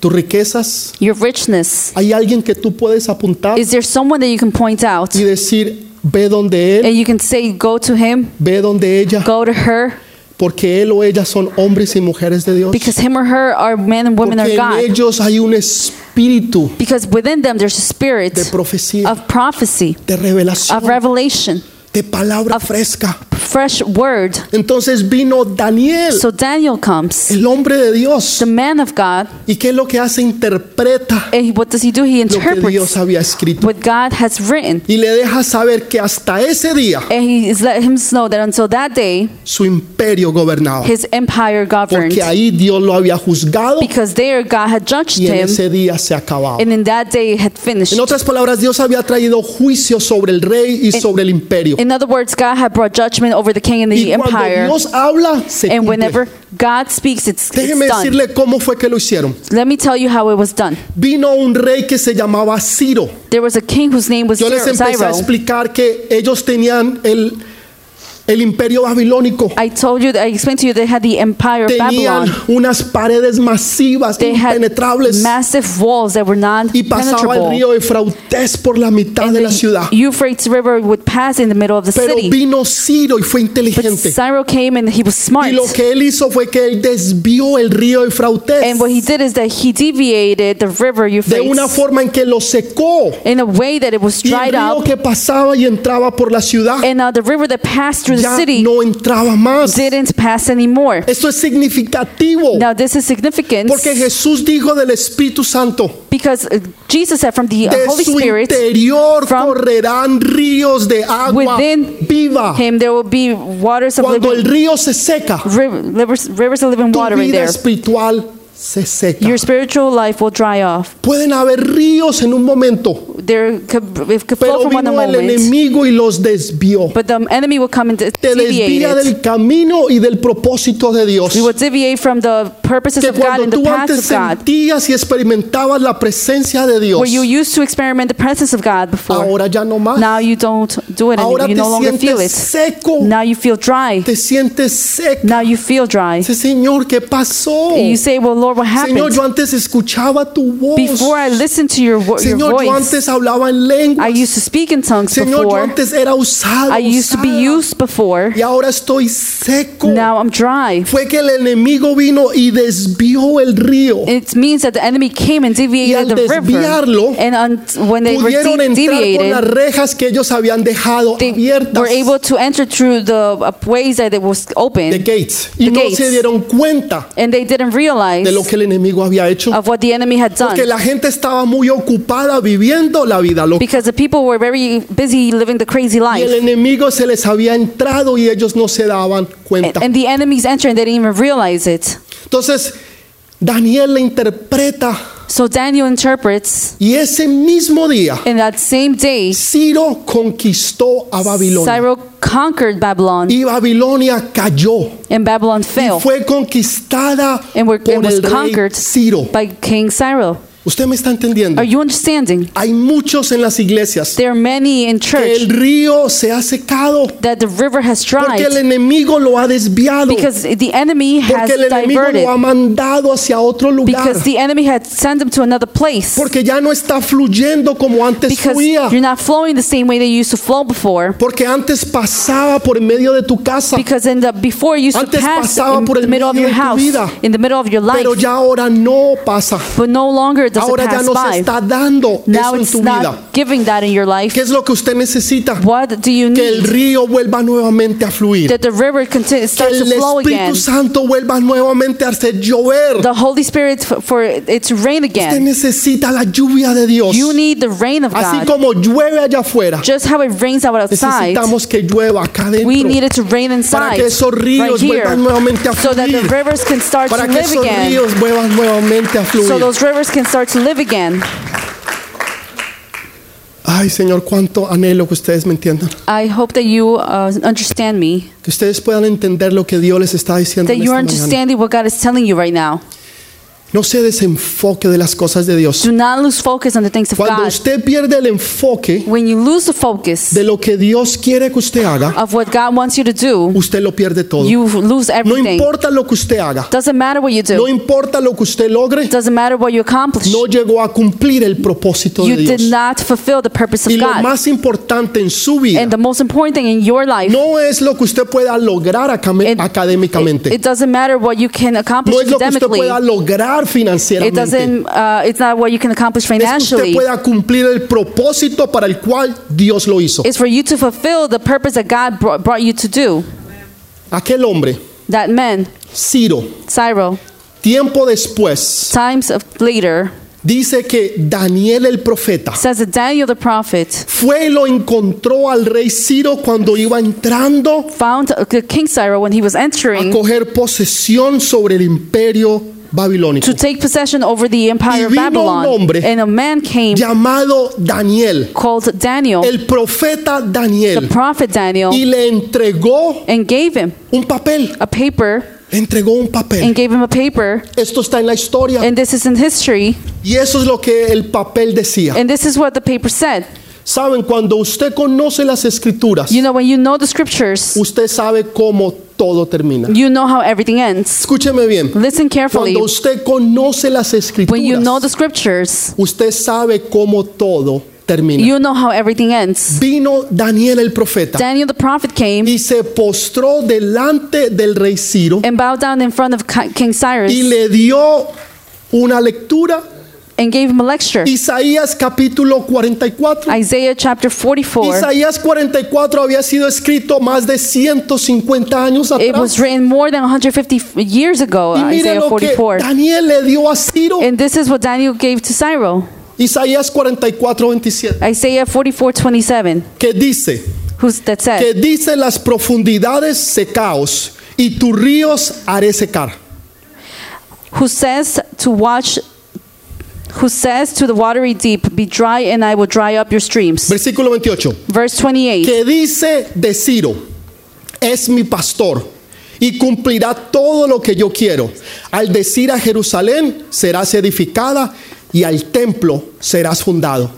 Speaker 1: tus riquezas,
Speaker 2: your richness.
Speaker 1: hay alguien que tú puedes apuntar
Speaker 2: Is there someone that you can point out
Speaker 1: y decir, ve donde él,
Speaker 2: and you can say, go to him,
Speaker 1: ve donde ella,
Speaker 2: go to her,
Speaker 1: porque él o ella son hombres y mujeres de Dios.
Speaker 2: because him or her are men and women
Speaker 1: Porque en
Speaker 2: of God.
Speaker 1: ellos hay un espíritu
Speaker 2: Because within them there's a spirit
Speaker 1: de profecía,
Speaker 2: of prophecy,
Speaker 1: de revelación,
Speaker 2: of revelation,
Speaker 1: de palabra fresca.
Speaker 2: fresh word.
Speaker 1: Entonces vino Daniel,
Speaker 2: So Daniel comes,
Speaker 1: el hombre de Dios.
Speaker 2: the man of God,
Speaker 1: ¿Y qué es lo que hace? Interpreta
Speaker 2: and he- what does he do? He
Speaker 1: lo que Dios
Speaker 2: interprets Pues-
Speaker 1: había escrito.
Speaker 2: what God has written.
Speaker 1: Y le deja saber que hasta ese día
Speaker 2: And he is let him know that until that day,
Speaker 1: su imperio gobernaba.
Speaker 2: his empire governed.
Speaker 1: Porque ahí Dios lo había juzgado
Speaker 2: because there God had judged
Speaker 1: y en
Speaker 2: him,
Speaker 1: ese día se acababa.
Speaker 2: and in that day it had finished.
Speaker 1: En otras palabras, Dios había traído juicio sobre el rey y sobre el imperio.
Speaker 2: In other words, God had brought judgment over the king and the
Speaker 1: Y cuando
Speaker 2: empire.
Speaker 1: Dios habla, se
Speaker 2: And
Speaker 1: cumple.
Speaker 2: whenever God speaks, it's,
Speaker 1: Déjeme
Speaker 2: it's done.
Speaker 1: decirle cómo fue que lo hicieron.
Speaker 2: Let me tell you how it was done.
Speaker 1: Vino un rey que se llamaba Ciro.
Speaker 2: There was a king whose name was
Speaker 1: Yo les
Speaker 2: Cyrus.
Speaker 1: empecé a explicar que ellos tenían el, el imperio babilónico.
Speaker 2: I told you, I explained to you, they had the empire of
Speaker 1: Tenían
Speaker 2: Babylon.
Speaker 1: unas paredes masivas,
Speaker 2: They had
Speaker 1: impenetrables.
Speaker 2: massive walls that were
Speaker 1: Y pasaba el
Speaker 2: non-penetrable.
Speaker 1: río Efrautes por la mitad de la ciudad.
Speaker 2: Euphrates River would pass in the middle of the
Speaker 1: Pero
Speaker 2: city.
Speaker 1: vino Ciro y fue
Speaker 2: But
Speaker 1: inteligente.
Speaker 2: Cyrus came and he was
Speaker 1: Y
Speaker 2: smart.
Speaker 1: lo que él hizo fue que él desvió el río Efrautes
Speaker 2: And what he did is that he deviated the river
Speaker 1: de una
Speaker 2: Euphrates
Speaker 1: forma en que lo secó.
Speaker 2: in a way that it was
Speaker 1: Y el
Speaker 2: dried
Speaker 1: río
Speaker 2: up,
Speaker 1: que pasaba y entraba por la ciudad
Speaker 2: and now the river that passed through the
Speaker 1: ya
Speaker 2: city
Speaker 1: no entraba más.
Speaker 2: didn't pass anymore.
Speaker 1: Esto es significativo
Speaker 2: Now this is significant
Speaker 1: porque Jesús dijo del Espíritu Santo,
Speaker 2: because uh, Jesus said from the uh,
Speaker 1: de
Speaker 2: Holy
Speaker 1: su
Speaker 2: Spirit,
Speaker 1: interior
Speaker 2: from-
Speaker 1: correrán ríos de agua
Speaker 2: Within
Speaker 1: viva.
Speaker 2: him there will be waters of
Speaker 1: Cuando el
Speaker 2: living
Speaker 1: río se seca,
Speaker 2: riv- rivers, rivers of living
Speaker 1: tu
Speaker 2: water in
Speaker 1: vida
Speaker 2: there.
Speaker 1: espiritual se seca.
Speaker 2: Your spiritual life will dry off.
Speaker 1: Pueden haber ríos en un momento,
Speaker 2: There could, it could flow
Speaker 1: pero
Speaker 2: from one
Speaker 1: vino el
Speaker 2: moment,
Speaker 1: enemigo y los desvió.
Speaker 2: but the enemy will come and de-
Speaker 1: Te
Speaker 2: deviate
Speaker 1: desvía
Speaker 2: it.
Speaker 1: del camino y del propósito de Dios.
Speaker 2: We will deviate from the purposes
Speaker 1: Que
Speaker 2: of God
Speaker 1: cuando
Speaker 2: and the
Speaker 1: tú
Speaker 2: path
Speaker 1: antes
Speaker 2: of God.
Speaker 1: sentías y experimentabas la presencia de Dios,
Speaker 2: Where you used to experiment the presence of God before,
Speaker 1: ahora ya no más.
Speaker 2: now you don't do it
Speaker 1: Ahora
Speaker 2: anymore. You
Speaker 1: te
Speaker 2: no longer feel
Speaker 1: sientes
Speaker 2: it.
Speaker 1: seco,
Speaker 2: Now you feel dry.
Speaker 1: te sientes seco.
Speaker 2: Now you feel dry.
Speaker 1: Dice, Señor, ¿qué pasó?
Speaker 2: And you say, "Well,
Speaker 1: Oh.
Speaker 2: Lord, what
Speaker 1: Señor,
Speaker 2: happened?
Speaker 1: yo antes escuchaba tu voz.
Speaker 2: Before I listened to your wo- your
Speaker 1: Señor, yo
Speaker 2: voice,
Speaker 1: antes hablaba en lengua.
Speaker 2: I used to speak in tongues
Speaker 1: Señor, yo
Speaker 2: before.
Speaker 1: antes era usado.
Speaker 2: I used to be
Speaker 1: usada,
Speaker 2: used before.
Speaker 1: Y ahora estoy seco.
Speaker 2: Now I'm dry."
Speaker 1: Fue que el enemigo vino y desvió el río.
Speaker 2: It means that the enemy came and
Speaker 1: al
Speaker 2: deviated the
Speaker 1: desviarlo,
Speaker 2: river. And on, when they were
Speaker 1: Pudieron
Speaker 2: de-
Speaker 1: entrar por las
Speaker 2: deviated,
Speaker 1: rejas que ellos habían dejado
Speaker 2: they
Speaker 1: abiertas.
Speaker 2: were able to enter through the uh, ways that it was
Speaker 1: the
Speaker 2: open.
Speaker 1: gates. Y
Speaker 2: the
Speaker 1: no
Speaker 2: gates.
Speaker 1: se dieron cuenta
Speaker 2: And they didn't
Speaker 1: de lo
Speaker 2: realize
Speaker 1: que el enemigo había hecho.
Speaker 2: of what the enemy had done.
Speaker 1: Porque la gente estaba muy ocupada viviendo la vida loca.
Speaker 2: Because the people were very busy living the crazy
Speaker 1: Y el
Speaker 2: life.
Speaker 1: enemigo se les había entrado y ellos no se daban
Speaker 2: And,
Speaker 1: cuenta.
Speaker 2: and the enemies entered and they didn't even realize it.
Speaker 1: Entonces, Daniel le interpreta
Speaker 2: So Daniel interprets,
Speaker 1: y ese mismo día
Speaker 2: in that same day,
Speaker 1: Ciro conquistó a Babilonia.
Speaker 2: Cyril conquered Babylon,
Speaker 1: Y Babilonia cayó.
Speaker 2: and Babylon
Speaker 1: Y
Speaker 2: fell
Speaker 1: fue conquistada
Speaker 2: And were-
Speaker 1: por
Speaker 2: and was
Speaker 1: el rey
Speaker 2: conquered.
Speaker 1: Ciro.
Speaker 2: by King Cyril.
Speaker 1: ¿Usted me está entendiendo?
Speaker 2: Are you understanding?
Speaker 1: Hay muchos en las iglesias.
Speaker 2: There are many in
Speaker 1: que
Speaker 2: church
Speaker 1: El río se ha secado
Speaker 2: that the river has dried
Speaker 1: porque el enemigo lo ha desviado.
Speaker 2: because the enemy has
Speaker 1: Porque el enemigo
Speaker 2: diverted
Speaker 1: lo ha mandado hacia otro lugar.
Speaker 2: because the enemy had sent them to another place
Speaker 1: Porque ya no está fluyendo como antes
Speaker 2: because
Speaker 1: fluía.
Speaker 2: you're not flowing the same way they used to flow before
Speaker 1: Porque antes pasaba por en medio de tu casa,
Speaker 2: because in the before you used to
Speaker 1: Antes
Speaker 2: pass
Speaker 1: pasaba
Speaker 2: in
Speaker 1: por el
Speaker 2: the middle of
Speaker 1: medio
Speaker 2: your
Speaker 1: de tu
Speaker 2: house
Speaker 1: vida.
Speaker 2: in the middle of your life
Speaker 1: pero ya ahora no pasa.
Speaker 2: but no longer does
Speaker 1: Ahora
Speaker 2: it
Speaker 1: ya
Speaker 2: pass
Speaker 1: no se
Speaker 2: by
Speaker 1: está dando eso
Speaker 2: now
Speaker 1: en
Speaker 2: it's
Speaker 1: tu vida.
Speaker 2: not giving that in your life
Speaker 1: ¿Qué es lo que usted necesita?
Speaker 2: what do you
Speaker 1: Que el
Speaker 2: need
Speaker 1: río vuelva nuevamente a fluir.
Speaker 2: that the river continue,
Speaker 1: Que
Speaker 2: starts to
Speaker 1: el
Speaker 2: flow again
Speaker 1: Espíritu Santo vuelva nuevamente a hacer llover.
Speaker 2: the Holy Spirit f- for it to rain
Speaker 1: Usted
Speaker 2: again
Speaker 1: necesita la lluvia de Dios.
Speaker 2: you need the rain of
Speaker 1: Así
Speaker 2: God
Speaker 1: como llueve allá afuera,
Speaker 2: just how it rains out outside
Speaker 1: necesitamos que llueva acá
Speaker 2: We need
Speaker 1: adentro.
Speaker 2: it to rain
Speaker 1: Para
Speaker 2: inside,
Speaker 1: que esos
Speaker 2: right
Speaker 1: ríos
Speaker 2: here,
Speaker 1: vuelvan nuevamente a
Speaker 2: so that the
Speaker 1: fluir.
Speaker 2: rivers can start to
Speaker 1: Para que
Speaker 2: live
Speaker 1: esos
Speaker 2: again.
Speaker 1: ríos vuelvan nuevamente a
Speaker 2: So
Speaker 1: fluir.
Speaker 2: those rivers can start to live again.
Speaker 1: Ay, Señor, cuánto anhelo que ustedes me entiendan.
Speaker 2: I hope that you uh, understand me,
Speaker 1: Que ustedes puedan entender lo que Dios les está diciendo.
Speaker 2: that
Speaker 1: en
Speaker 2: you are
Speaker 1: esta mañana.
Speaker 2: understanding what God is telling you right now.
Speaker 1: No se desenfoque de las cosas de Dios.
Speaker 2: Do not lose focus on the things of
Speaker 1: Cuando
Speaker 2: God.
Speaker 1: usted pierde el enfoque
Speaker 2: When you lose the focus
Speaker 1: de lo que Dios quiere que usted haga,
Speaker 2: of what God wants you to do,
Speaker 1: usted lo pierde todo.
Speaker 2: you lose
Speaker 1: No
Speaker 2: everything.
Speaker 1: importa lo que usted haga,
Speaker 2: Doesn't matter what you
Speaker 1: no
Speaker 2: do.
Speaker 1: importa lo que usted logre,
Speaker 2: Doesn't matter what you accomplish.
Speaker 1: no llegó a cumplir el propósito
Speaker 2: You
Speaker 1: de
Speaker 2: did
Speaker 1: Dios.
Speaker 2: not fulfill the purpose
Speaker 1: Y
Speaker 2: of
Speaker 1: lo
Speaker 2: God.
Speaker 1: más importante en su vida
Speaker 2: And the most important thing in your life,
Speaker 1: no es lo que usted pueda lograr acame-
Speaker 2: It-
Speaker 1: académicamente,
Speaker 2: it doesn't matter what you can accomplish
Speaker 1: no es lo que usted
Speaker 2: academically.
Speaker 1: pueda lograr
Speaker 2: It
Speaker 1: financieramente,
Speaker 2: doesn't. Uh, it's not what you can accomplish
Speaker 1: es que usted
Speaker 2: financially.
Speaker 1: pueda cumplir el propósito para el cual Dios lo hizo.
Speaker 2: It's for you to fulfill the purpose that God brought, brought you to do.
Speaker 1: Aquel hombre,
Speaker 2: That man,
Speaker 1: Ciro,
Speaker 2: Cyril,
Speaker 1: tiempo después,
Speaker 2: times of later,
Speaker 1: dice que Daniel el profeta
Speaker 2: says that Daniel the prophet
Speaker 1: fue y lo encontró al rey Ciro cuando iba entrando
Speaker 2: found uh, King Cyril when he was
Speaker 1: a
Speaker 2: entering
Speaker 1: coger posesión sobre el imperio babilónico
Speaker 2: to take possession over the empire
Speaker 1: Y
Speaker 2: of
Speaker 1: vino un
Speaker 2: Babylon,
Speaker 1: hombre
Speaker 2: and a man came
Speaker 1: llamado Daniel,
Speaker 2: called Daniel,
Speaker 1: el profeta
Speaker 2: the
Speaker 1: Daniel,
Speaker 2: prophet Daniel,
Speaker 1: y le entregó
Speaker 2: and gave him
Speaker 1: un papel,
Speaker 2: a paper,
Speaker 1: le entregó un papel.
Speaker 2: and gave him a paper,
Speaker 1: Esto está en la historia
Speaker 2: and this is in history,
Speaker 1: y eso es lo que el papel decía.
Speaker 2: and this is what the paper said.
Speaker 1: Saben, cuando usted conoce las escrituras,
Speaker 2: You know, when you know the scriptures.
Speaker 1: usted sabe cómo todo termina.
Speaker 2: You know how everything ends.
Speaker 1: Escúcheme bien.
Speaker 2: Listen carefully.
Speaker 1: Cuando usted conoce las
Speaker 2: When you know the
Speaker 1: escrituras,
Speaker 2: scriptures,
Speaker 1: usted sabe cómo todo termina.
Speaker 2: you know how everything ends.
Speaker 1: Vino Daniel el profeta
Speaker 2: Daniel the prophet came
Speaker 1: y se postró delante del rey Ciro
Speaker 2: and bowed down in front of Ki- King
Speaker 1: y
Speaker 2: Cyrus
Speaker 1: le dio una lectura.
Speaker 2: and gave him a lecture.
Speaker 1: Isaías capítulo 44.
Speaker 2: Isaiah chapter 44.
Speaker 1: Isaías 44 había sido escrito más de 150 años
Speaker 2: It was
Speaker 1: atrás.
Speaker 2: written more than 150 f- years ago,
Speaker 1: Y miren
Speaker 2: Isaiah
Speaker 1: lo que
Speaker 2: 44.
Speaker 1: Daniel le dio a Ciro.
Speaker 2: And this is what Daniel gave to Cyril.
Speaker 1: Isaías 44, 27.
Speaker 2: Isaiah 44 27,
Speaker 1: Que dice,
Speaker 2: who's, that
Speaker 1: que
Speaker 2: said,
Speaker 1: dice las profundidades secaos y tus ríos haré secar.
Speaker 2: who says to watch who says to the watery deep, Be dry, and I will dry up your streams.
Speaker 1: Versículo 28.
Speaker 2: Verse 28.
Speaker 1: Que dice de Ciro, es mi pastor y cumplirá todo lo que yo quiero. Al decir a Jerusalén, serás edificada y al templo serás fundado.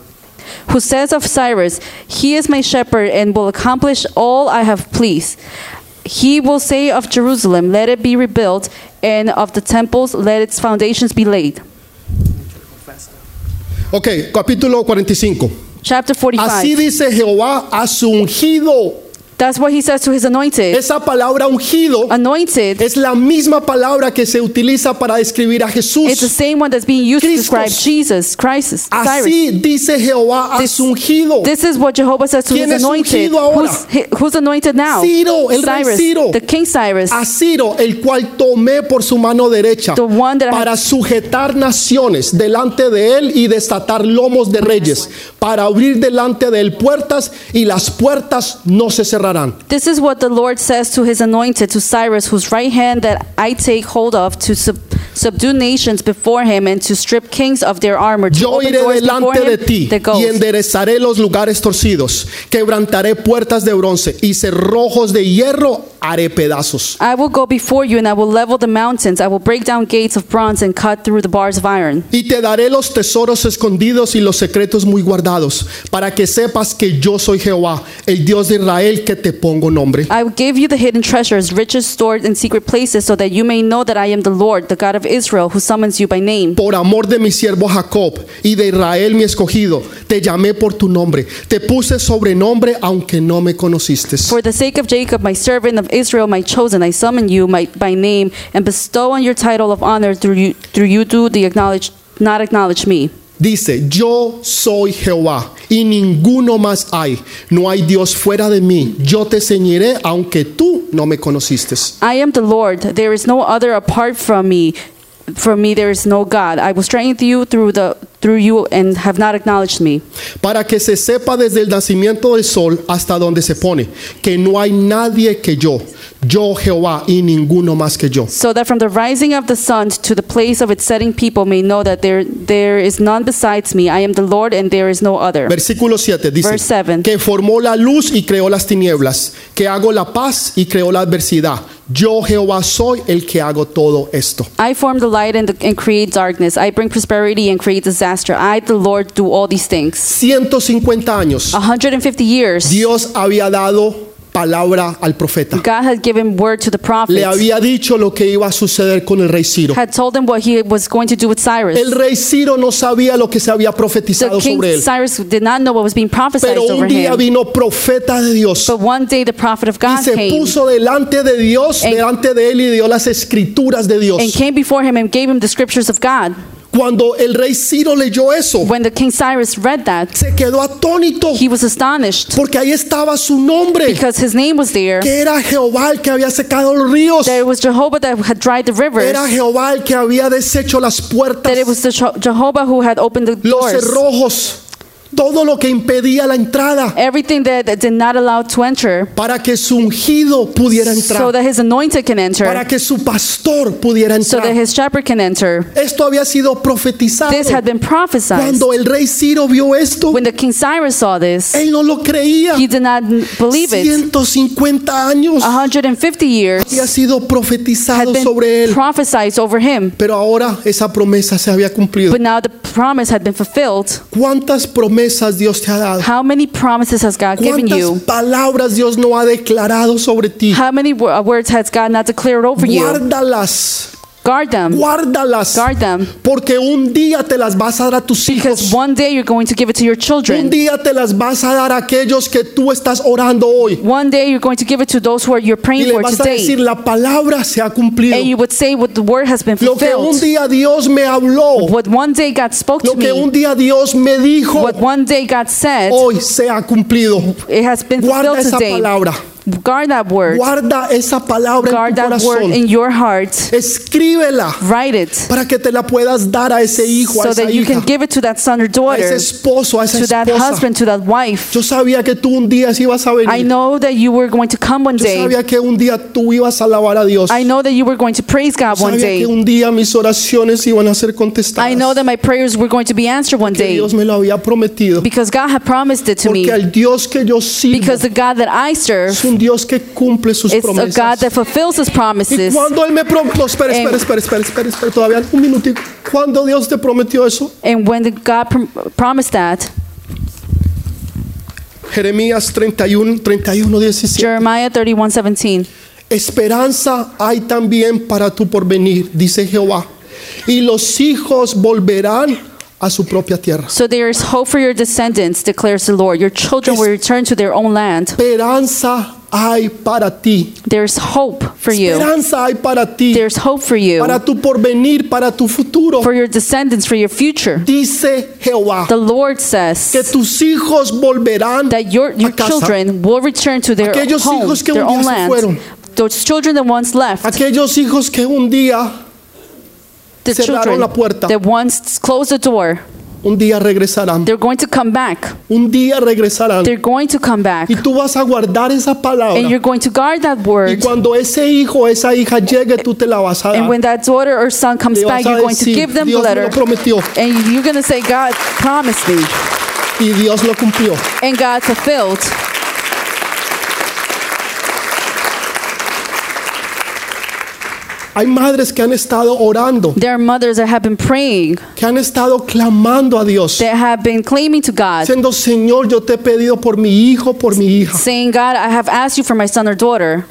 Speaker 2: Who says of Cyrus, He is my shepherd and will accomplish all I have pleased. He will say of Jerusalem, Let it be rebuilt, and of the temples, Let its foundations be laid.
Speaker 1: Ok, capítulo 45.
Speaker 2: Chapter
Speaker 1: Así
Speaker 2: 45.
Speaker 1: dice Jehová a su ungido.
Speaker 2: That's what he says to his anointed.
Speaker 1: Esa palabra ungido
Speaker 2: Anointed
Speaker 1: es la misma palabra que se utiliza para describir a
Speaker 2: It's the
Speaker 1: Jesús.
Speaker 2: same one that's being used to describe
Speaker 1: Christos.
Speaker 2: Jesus, Christ, Cyrus.
Speaker 1: Así dice Jehová a
Speaker 2: This-
Speaker 1: su ungido.
Speaker 2: This is what Jehovah says to
Speaker 1: ¿Quién
Speaker 2: his
Speaker 1: es
Speaker 2: anointed.
Speaker 1: ungido ahora?
Speaker 2: Who's, hi- who's anointed now?
Speaker 1: Ciro, el rey
Speaker 2: Cyrus,
Speaker 1: Ciro.
Speaker 2: the king Cyrus.
Speaker 1: A Ciro, el cual tomé por su mano derecha
Speaker 2: The one that I-
Speaker 1: para sujetar naciones delante de él y desatar lomos de reyes, para abrir delante de él puertas y las puertas no se cerrarán.
Speaker 2: This is what the Lord says to his anointed, to Cyrus, whose right hand that I take hold of to sub- subdue nations before him and to strip kings of their armor. To
Speaker 1: Yo
Speaker 2: open
Speaker 1: iré
Speaker 2: doors before
Speaker 1: delante
Speaker 2: him
Speaker 1: de ti
Speaker 2: that
Speaker 1: y
Speaker 2: goes.
Speaker 1: enderezaré los lugares torcidos, quebrantaré puertas de bronce y cerrojos de hierro haré pedazos.
Speaker 2: I will go before you and I will level the mountains. I will break down gates of bronze and cut through the bars of iron.
Speaker 1: Y te daré los tesoros escondidos y los secretos muy guardados, para que sepas que yo soy Jehová, el Dios de Israel que te pongo nombre.
Speaker 2: I will give you the hidden treasures, riches stored in secret places, so that you may know that I am the Lord, the God of Israel, who summons you by name.
Speaker 1: Por amor de mi siervo Jacob y de Israel mi escogido, te llamé por tu nombre, te puse sobrenombre aunque no me conociste.
Speaker 2: For the sake of Jacob, my servant of Israel, my chosen, I summon you my, by name and bestow on your title of honor through you, through you do the acknowledge, not acknowledge me.
Speaker 1: Dice, yo soy Jehová y ninguno más hay, no hay Dios fuera de mí, yo te ceñiré aunque tú no me conociste.
Speaker 2: I am the Lord. There is no other apart from me. From me there is no God. I will strengthen you through the through you and have not acknowledged me.
Speaker 1: Para que se sepa desde el nacimiento del sol hasta donde se pone, que no hay nadie que yo, yo Jehová y ninguno más que yo.
Speaker 2: so that from the rising of the sun to the place of its setting people may know that there there is none besides me i am the lord and there is no other
Speaker 1: Versículo 7 dice
Speaker 2: Verse seven.
Speaker 1: que formó la luz y creó las tinieblas, que hago la paz y creó la adversidad. Yo Jehová soy el que hago todo esto.
Speaker 2: i form the light and, the, and create darkness i bring prosperity and create disaster i the lord do all these things
Speaker 1: 150 años.
Speaker 2: Ah. 150 years
Speaker 1: Dios había dado palabra al profeta.
Speaker 2: god had given word to the
Speaker 1: Le
Speaker 2: prophets
Speaker 1: había dicho lo que iba a suceder con el rey Ciro.
Speaker 2: had told them what he was going to do with cyrus
Speaker 1: El rey Ciro no sabía lo que se había
Speaker 2: the
Speaker 1: profetizado
Speaker 2: king
Speaker 1: sobre él,
Speaker 2: cyrus did not know what was being prophesied
Speaker 1: pero
Speaker 2: over
Speaker 1: un día
Speaker 2: him
Speaker 1: vino profeta de Dios
Speaker 2: but one day the prophet of
Speaker 1: y
Speaker 2: god
Speaker 1: se
Speaker 2: came
Speaker 1: puso delante de Dios,
Speaker 2: And-
Speaker 1: delante de él y dio las escrituras de Dios.
Speaker 2: and came before him and gave him the scriptures of god
Speaker 1: Cuando el rey Ciro leyó eso,
Speaker 2: when the king cyrus read that
Speaker 1: se quedó atónito
Speaker 2: he was astonished
Speaker 1: porque ahí estaba su nombre,
Speaker 2: because his name was there.
Speaker 1: que era Jehová el que había secado los ríos,
Speaker 2: That it was Jehovah that had dried the rivers.
Speaker 1: era Jehová el que había deshecho las puertas,
Speaker 2: That it was the Je- Jehovah who had opened the
Speaker 1: los
Speaker 2: doors.
Speaker 1: cerrojos, todo lo que impedía la entrada
Speaker 2: Everything that, that did not allow to enter,
Speaker 1: para que su ungido pudiera
Speaker 2: so
Speaker 1: entrar,
Speaker 2: that his anointed can enter,
Speaker 1: para que su pastor pudiera
Speaker 2: so that
Speaker 1: entrar.
Speaker 2: his shepherd can enter.
Speaker 1: Esto había sido profetizado.
Speaker 2: This had been prophesied.
Speaker 1: Cuando el rey Ciro vio esto,
Speaker 2: When the king Cyrus saw this,
Speaker 1: él no lo creía.
Speaker 2: he did not n- believe it.
Speaker 1: 150 años
Speaker 2: 150 years
Speaker 1: había sido
Speaker 2: had
Speaker 1: profetizado sobre
Speaker 2: been
Speaker 1: él.
Speaker 2: prophesied over him,
Speaker 1: Pero ahora esa promesa se había cumplido.
Speaker 2: but now the promise had been fulfilled.
Speaker 1: ¿Cuántas promesas Dios te ha dado?
Speaker 2: How many promises has God given
Speaker 1: ¿Cuántas
Speaker 2: you?
Speaker 1: palabras Dios no ha declarado sobre ti?
Speaker 2: How many wo- uh, words has God not declared over you?
Speaker 1: Guárdalas,
Speaker 2: Guard them.
Speaker 1: guárdalas,
Speaker 2: Guard them.
Speaker 1: porque un día te las vas a dar a tus
Speaker 2: Because
Speaker 1: hijos.
Speaker 2: one day you're going to give it to your
Speaker 1: Un
Speaker 2: children.
Speaker 1: día te las vas a dar a aquellos que tú estás orando hoy.
Speaker 2: One day you're going to give it to those who are you're
Speaker 1: Y
Speaker 2: praying
Speaker 1: le
Speaker 2: for
Speaker 1: vas a decir,
Speaker 2: today.
Speaker 1: la palabra se ha cumplido.
Speaker 2: And you would say what the word has been
Speaker 1: Lo que un
Speaker 2: fulfilled.
Speaker 1: día Dios me habló,
Speaker 2: What one day God spoke to
Speaker 1: lo que un
Speaker 2: me.
Speaker 1: día Dios me dijo,
Speaker 2: What one day God said.
Speaker 1: hoy se ha cumplido.
Speaker 2: It has been
Speaker 1: Guarda
Speaker 2: fulfilled
Speaker 1: esa
Speaker 2: today.
Speaker 1: palabra.
Speaker 2: Guard that word.
Speaker 1: Guarda esa palabra en
Speaker 2: Guard
Speaker 1: tu
Speaker 2: that word
Speaker 1: corazón.
Speaker 2: in your heart.
Speaker 1: Escríbela
Speaker 2: Write it
Speaker 1: para que te la puedas dar a ese hijo, a
Speaker 2: so
Speaker 1: esa
Speaker 2: that you
Speaker 1: hija,
Speaker 2: can give it to that son or
Speaker 1: a ese
Speaker 2: daughter,
Speaker 1: esposo, a esa
Speaker 2: to that
Speaker 1: esposa.
Speaker 2: husband, to that wife.
Speaker 1: Yo sabía que tú un día sí ibas a
Speaker 2: I
Speaker 1: venir.
Speaker 2: know that you were going to come one
Speaker 1: Yo
Speaker 2: day.
Speaker 1: sabía que un día tú ibas a alabar a Dios.
Speaker 2: I know that you were going to praise God one
Speaker 1: sabía que
Speaker 2: day.
Speaker 1: un día mis oraciones iban a ser contestadas.
Speaker 2: I know that my prayers were going to be answered one
Speaker 1: que
Speaker 2: day
Speaker 1: Dios me lo había prometido.
Speaker 2: because God had promised it to me.
Speaker 1: Porque al Dios que yo sirvo
Speaker 2: Because the God that I serve
Speaker 1: es un Dios que cumple sus
Speaker 2: is a God
Speaker 1: promesas.
Speaker 2: that fulfills His
Speaker 1: Y
Speaker 2: promises.
Speaker 1: cuando Él me prometió, espera,
Speaker 2: And-
Speaker 1: espera, espera, espera, espera, espera, todavía un minutito. ¿Cuándo Dios te prometió eso?
Speaker 2: And when the God prom- promised that,
Speaker 1: Jeremías 31, 31, 17.
Speaker 2: Jeremiah 31 17.
Speaker 1: Esperanza hay también para tu porvenir, dice Jehová. Y los hijos volverán a su propia tierra.
Speaker 2: So there is hope for your descendants, declares the Lord. Your children will return to their own land.
Speaker 1: Esperanza hay para ti.
Speaker 2: There's hope for you.
Speaker 1: Esperanza hay para ti.
Speaker 2: There's hope for you,
Speaker 1: Para tu porvenir, para tu futuro.
Speaker 2: for your descendants, for your future.
Speaker 1: Dice Jehová.
Speaker 2: The Lord
Speaker 1: Que
Speaker 2: says
Speaker 1: tus hijos volverán.
Speaker 2: that your, your
Speaker 1: a casa.
Speaker 2: children will return to their
Speaker 1: Aquellos
Speaker 2: home,
Speaker 1: hijos que
Speaker 2: their
Speaker 1: un día
Speaker 2: own
Speaker 1: se
Speaker 2: land. Those children that once left,
Speaker 1: Aquellos hijos que un día,
Speaker 2: the
Speaker 1: cerraron
Speaker 2: children
Speaker 1: la puerta.
Speaker 2: that once closed the door,
Speaker 1: un día regresarán.
Speaker 2: they're going to come back.
Speaker 1: Un día regresarán.
Speaker 2: They're going to come back.
Speaker 1: Y tú vas a guardar esa
Speaker 2: And
Speaker 1: palabra.
Speaker 2: you're going to guard that
Speaker 1: Y
Speaker 2: word.
Speaker 1: cuando ese hijo o esa hija llegue, tú te la vas a
Speaker 2: And
Speaker 1: dar.
Speaker 2: when that daughter or son comes
Speaker 1: Le vas
Speaker 2: back,
Speaker 1: a
Speaker 2: you're going to
Speaker 1: decir,
Speaker 2: give them the
Speaker 1: Dios me lo
Speaker 2: letter.
Speaker 1: prometió
Speaker 2: And you're going to say, God promised me.
Speaker 1: y Dios lo cumplió.
Speaker 2: And God fulfilled.
Speaker 1: Hay madres que han estado orando,
Speaker 2: There are mothers that have been praying,
Speaker 1: que han estado clamando a Dios,
Speaker 2: that have been claiming to God,
Speaker 1: diciendo, Señor, yo te he pedido por mi hijo, por mi hija.
Speaker 2: saying, God, I have asked you for my son or daughter.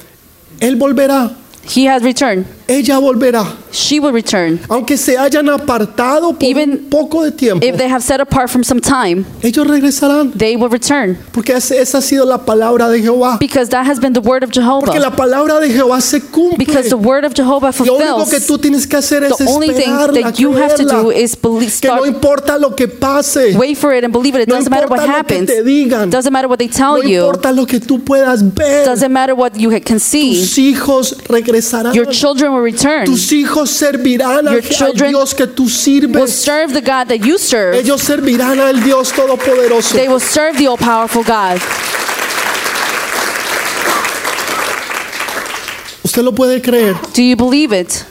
Speaker 1: Él volverá,
Speaker 2: He has returned.
Speaker 1: ella volverá.
Speaker 2: She will return.
Speaker 1: Aunque se hayan apartado por
Speaker 2: Even
Speaker 1: un poco de tiempo,
Speaker 2: If they have set apart from some time,
Speaker 1: ellos regresarán.
Speaker 2: they will return.
Speaker 1: Porque ese- esa ha sido la palabra de Jehová.
Speaker 2: Because that has been the word of
Speaker 1: Porque
Speaker 2: Jehovah.
Speaker 1: la palabra de Jehová se cumple.
Speaker 2: Because the word of Jehovah
Speaker 1: Lo único
Speaker 2: fulfills.
Speaker 1: que tú tienes que hacer es
Speaker 2: The only thing
Speaker 1: esperarla,
Speaker 2: that you have to do
Speaker 1: creerla.
Speaker 2: is believe,
Speaker 1: Que no
Speaker 2: start
Speaker 1: importa lo que pase,
Speaker 2: wait for it and believe it. It
Speaker 1: No
Speaker 2: doesn't matter what
Speaker 1: importa lo que
Speaker 2: happens.
Speaker 1: te digan.
Speaker 2: Doesn't matter what they tell
Speaker 1: no
Speaker 2: you.
Speaker 1: importa lo que tú puedas ver,
Speaker 2: Doesn't matter what you can see.
Speaker 1: tus hijos regresarán.
Speaker 2: Your children will return.
Speaker 1: Tus hijos servirán al al
Speaker 2: Your children
Speaker 1: Dios que tú
Speaker 2: Will
Speaker 1: sirves.
Speaker 2: serve the God that you serve.
Speaker 1: Ellos servirán al Dios Todopoderoso.
Speaker 2: They will serve the all-powerful God.
Speaker 1: Usted lo puede creer.
Speaker 2: Do you believe it?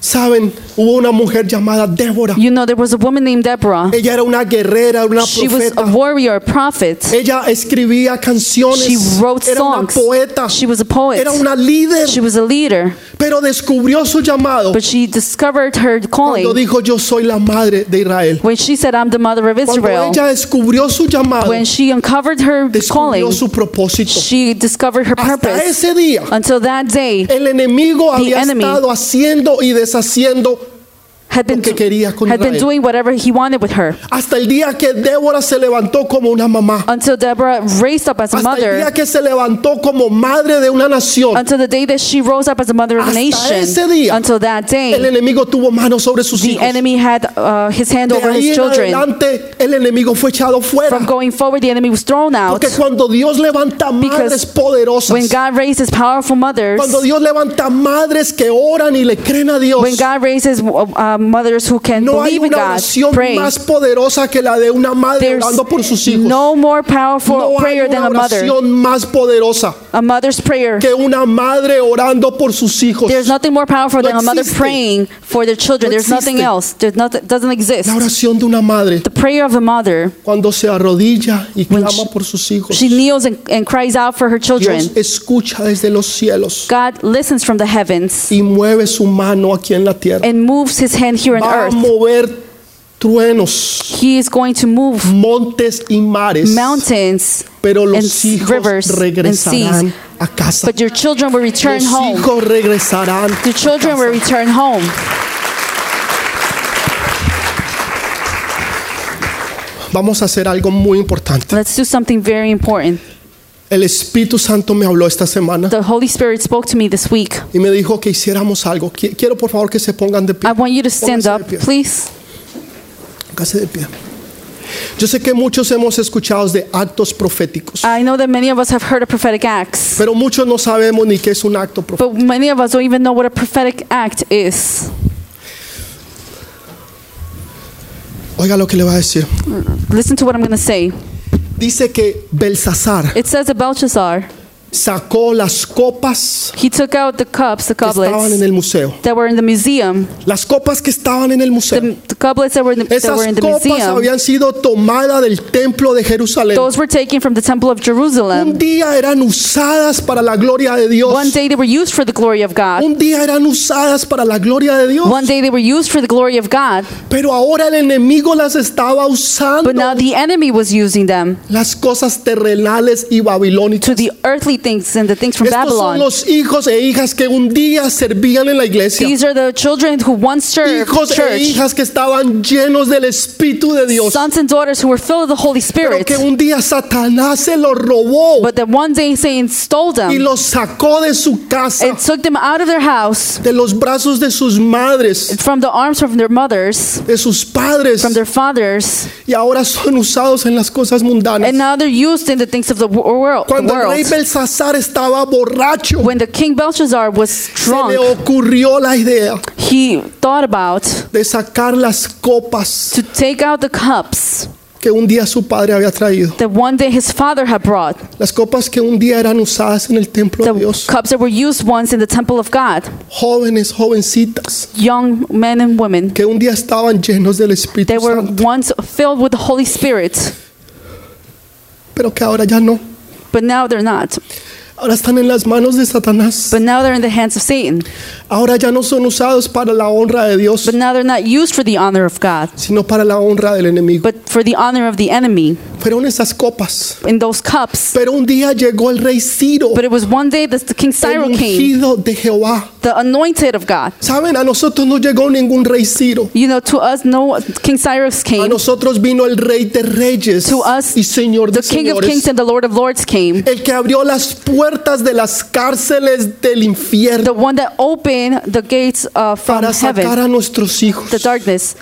Speaker 1: Saben, hubo una mujer llamada Débora.
Speaker 2: You know there was a woman named Deborah.
Speaker 1: Ella era una guerrera, una
Speaker 2: She was a
Speaker 1: profeta.
Speaker 2: warrior, a prophet.
Speaker 1: Ella escribía
Speaker 2: She
Speaker 1: canciones,
Speaker 2: wrote
Speaker 1: era una
Speaker 2: songs.
Speaker 1: poeta,
Speaker 2: She was a poet.
Speaker 1: era una líder,
Speaker 2: She was a leader,
Speaker 1: pero descubrió su llamado
Speaker 2: but she discovered her
Speaker 1: cuando
Speaker 2: calling
Speaker 1: dijo yo soy la madre de Israel.
Speaker 2: when she said, "I'm the mother of
Speaker 1: Cuando
Speaker 2: Israel."
Speaker 1: ella descubrió su llamado,
Speaker 2: When she uncovered her
Speaker 1: descubrió
Speaker 2: calling,
Speaker 1: su propósito.
Speaker 2: she discovered her
Speaker 1: Hasta
Speaker 2: purpose.
Speaker 1: ese día,
Speaker 2: Until that day,
Speaker 1: el enemigo había
Speaker 2: enemy
Speaker 1: estado haciendo y deshaciendo.
Speaker 2: had been
Speaker 1: lo que quería con
Speaker 2: had been
Speaker 1: Israel.
Speaker 2: doing whatever he wanted with her.
Speaker 1: Hasta el día que Débora se levantó como una mamá.
Speaker 2: Until Deborah raised up as
Speaker 1: Hasta
Speaker 2: a
Speaker 1: el
Speaker 2: mother.
Speaker 1: día que se levantó como madre de una nación.
Speaker 2: Until the day that she rose up as a mother of a
Speaker 1: Hasta
Speaker 2: nation.
Speaker 1: ese día,
Speaker 2: until that
Speaker 1: El
Speaker 2: day,
Speaker 1: enemigo tuvo manos sobre sus
Speaker 2: the
Speaker 1: hijos.
Speaker 2: enemy had uh, his hand
Speaker 1: De
Speaker 2: over
Speaker 1: ahí
Speaker 2: his
Speaker 1: en
Speaker 2: children.
Speaker 1: adelante el enemigo fue echado fuera.
Speaker 2: From going forward, the enemy was thrown out.
Speaker 1: Porque cuando Dios levanta madres
Speaker 2: Because When
Speaker 1: poderosas,
Speaker 2: God raises powerful mothers,
Speaker 1: cuando Dios levanta madres que oran y le creen a Dios,
Speaker 2: when God raises uh, mothers who can
Speaker 1: no hay
Speaker 2: believe in
Speaker 1: una
Speaker 2: God,
Speaker 1: oración
Speaker 2: pray.
Speaker 1: más poderosa que la de una madre
Speaker 2: There's
Speaker 1: orando por sus hijos.
Speaker 2: no more powerful
Speaker 1: No hay
Speaker 2: prayer than
Speaker 1: una
Speaker 2: a mother.
Speaker 1: oración más poderosa
Speaker 2: A mother's prayer.
Speaker 1: que una madre orando por sus hijos.
Speaker 2: There's nothing more powerful
Speaker 1: No
Speaker 2: than a mother
Speaker 1: existe.
Speaker 2: praying for their
Speaker 1: No
Speaker 2: children. There's nothing
Speaker 1: existe.
Speaker 2: else. There's nothing doesn't exist.
Speaker 1: La oración de una madre
Speaker 2: The prayer of a mother,
Speaker 1: cuando se arrodilla y
Speaker 2: When
Speaker 1: clama
Speaker 2: she-
Speaker 1: por sus hijos.
Speaker 2: she kneels and, and cries out for her children.
Speaker 1: Dios escucha desde los cielos
Speaker 2: God listens from the heavens
Speaker 1: y mueve su mano aquí en la tierra.
Speaker 2: and moves his hand here on
Speaker 1: Va a
Speaker 2: earth.
Speaker 1: mover truenos,
Speaker 2: He is going to move
Speaker 1: montes y mares.
Speaker 2: mountains
Speaker 1: Pero
Speaker 2: and
Speaker 1: los
Speaker 2: s-
Speaker 1: hijos
Speaker 2: rivers and
Speaker 1: regresarán
Speaker 2: seas,
Speaker 1: a casa.
Speaker 2: but your children will return
Speaker 1: Los
Speaker 2: home.
Speaker 1: hijos regresarán.
Speaker 2: Your children will return home.
Speaker 1: Vamos a hacer algo muy importante.
Speaker 2: Let's do something very important.
Speaker 1: El Espíritu Santo me habló esta semana
Speaker 2: The Holy Spirit spoke to me this week.
Speaker 1: y me dijo que hiciéramos algo. Qui- Quiero por favor que se pongan de pie.
Speaker 2: I want you to stand
Speaker 1: Pónganse de
Speaker 2: up,
Speaker 1: pie.
Speaker 2: please.
Speaker 1: Pónganse de pie. Yo sé que muchos hemos escuchado de actos proféticos,
Speaker 2: I know that many of us have heard of prophetic acts,
Speaker 1: pero muchos no sabemos ni qué es un acto profético.
Speaker 2: but many of us don't even know what a prophetic act is.
Speaker 1: Oiga lo que le voy a decir.
Speaker 2: Listen to what I'm going to say.
Speaker 1: Dice que Belsasar
Speaker 2: It says that Belshazzar,
Speaker 1: sacó las copas
Speaker 2: he took out the cups, the
Speaker 1: que estaban en
Speaker 2: goblets
Speaker 1: el museo.
Speaker 2: that were in the museum,
Speaker 1: Las copas que estaban en el museo.
Speaker 2: the, the goblets that were in the, that
Speaker 1: Esas
Speaker 2: were in the
Speaker 1: copas
Speaker 2: museum.
Speaker 1: habían sido tomadas del templo de Jerusalén.
Speaker 2: Those were taken from the temple of
Speaker 1: Un
Speaker 2: Jerusalem.
Speaker 1: día eran usadas para la gloria de Dios.
Speaker 2: One day they were used for the glory of God.
Speaker 1: Un día eran usadas para la gloria de Dios.
Speaker 2: One day they were used for the glory of God,
Speaker 1: Pero ahora el enemigo las estaba usando.
Speaker 2: but now the enemy was using them
Speaker 1: Las cosas terrenales y
Speaker 2: to
Speaker 1: babilónicas.
Speaker 2: the earthly things and the things from
Speaker 1: Estos son
Speaker 2: Babylon.
Speaker 1: los hijos e hijas que un día servían en la iglesia.
Speaker 2: These are the children who once served
Speaker 1: hijos e
Speaker 2: church,
Speaker 1: hijas que estaban llenos del Espíritu de Dios.
Speaker 2: sons and daughters who were filled with the Holy
Speaker 1: Pero
Speaker 2: Spirit,
Speaker 1: que un día Satanás se los robó
Speaker 2: but that one day Satan stole
Speaker 1: y
Speaker 2: them
Speaker 1: los sacó de su casa,
Speaker 2: and took them out of their house,
Speaker 1: de los brazos de sus madres,
Speaker 2: from the arms of their mothers,
Speaker 1: de sus padres,
Speaker 2: from their fathers,
Speaker 1: y ahora son usados en las cosas mundanas.
Speaker 2: and now they're used in the things of the wo- world. The
Speaker 1: Cuando el rey
Speaker 2: world.
Speaker 1: Belsasar estaba borracho,
Speaker 2: When the king Belshazzar was
Speaker 1: se le
Speaker 2: drunk,
Speaker 1: ocurrió la idea
Speaker 2: he thought about
Speaker 1: de sacar las copas
Speaker 2: to take out the cups
Speaker 1: que un día su padre había traído,
Speaker 2: that one day his father had brought,
Speaker 1: las copas que un día eran usadas en el templo de
Speaker 2: the
Speaker 1: Dios.
Speaker 2: cups that were used once in the temple of God,
Speaker 1: Jóvenes, jovencitas,
Speaker 2: young men and women.
Speaker 1: que un día estaban llenos del Espíritu
Speaker 2: They were
Speaker 1: Santo,
Speaker 2: once filled with the Holy Spirit,
Speaker 1: pero que ahora ya no.
Speaker 2: but now they're not.
Speaker 1: Ahora están en las manos de Satanás.
Speaker 2: But now they're in the hands of Satan.
Speaker 1: Ahora ya no son usados para la honra de Dios,
Speaker 2: But now they're not used for the honor of God,
Speaker 1: sino para la honra del enemigo.
Speaker 2: but for the honor of the enemy
Speaker 1: Fueron esas copas.
Speaker 2: in those cups.
Speaker 1: Pero un día llegó el rey Ciro,
Speaker 2: But it was one day that the King
Speaker 1: el
Speaker 2: Cyrus came,
Speaker 1: ungido de Jehová.
Speaker 2: the anointed of God.
Speaker 1: Saben, a nosotros no llegó ningún rey Ciro.
Speaker 2: You know, to us, no, King Cyrus
Speaker 1: A
Speaker 2: came,
Speaker 1: nosotros vino el rey de reyes
Speaker 2: To us,
Speaker 1: y señor de
Speaker 2: the King of
Speaker 1: señores.
Speaker 2: Kings and the Lord of Lords came,
Speaker 1: el que abrió las puertas de las cárceles del infierno
Speaker 2: the one that opened the gates uh, from
Speaker 1: para sacar
Speaker 2: heaven,
Speaker 1: a nuestros hijos,
Speaker 2: the darkness,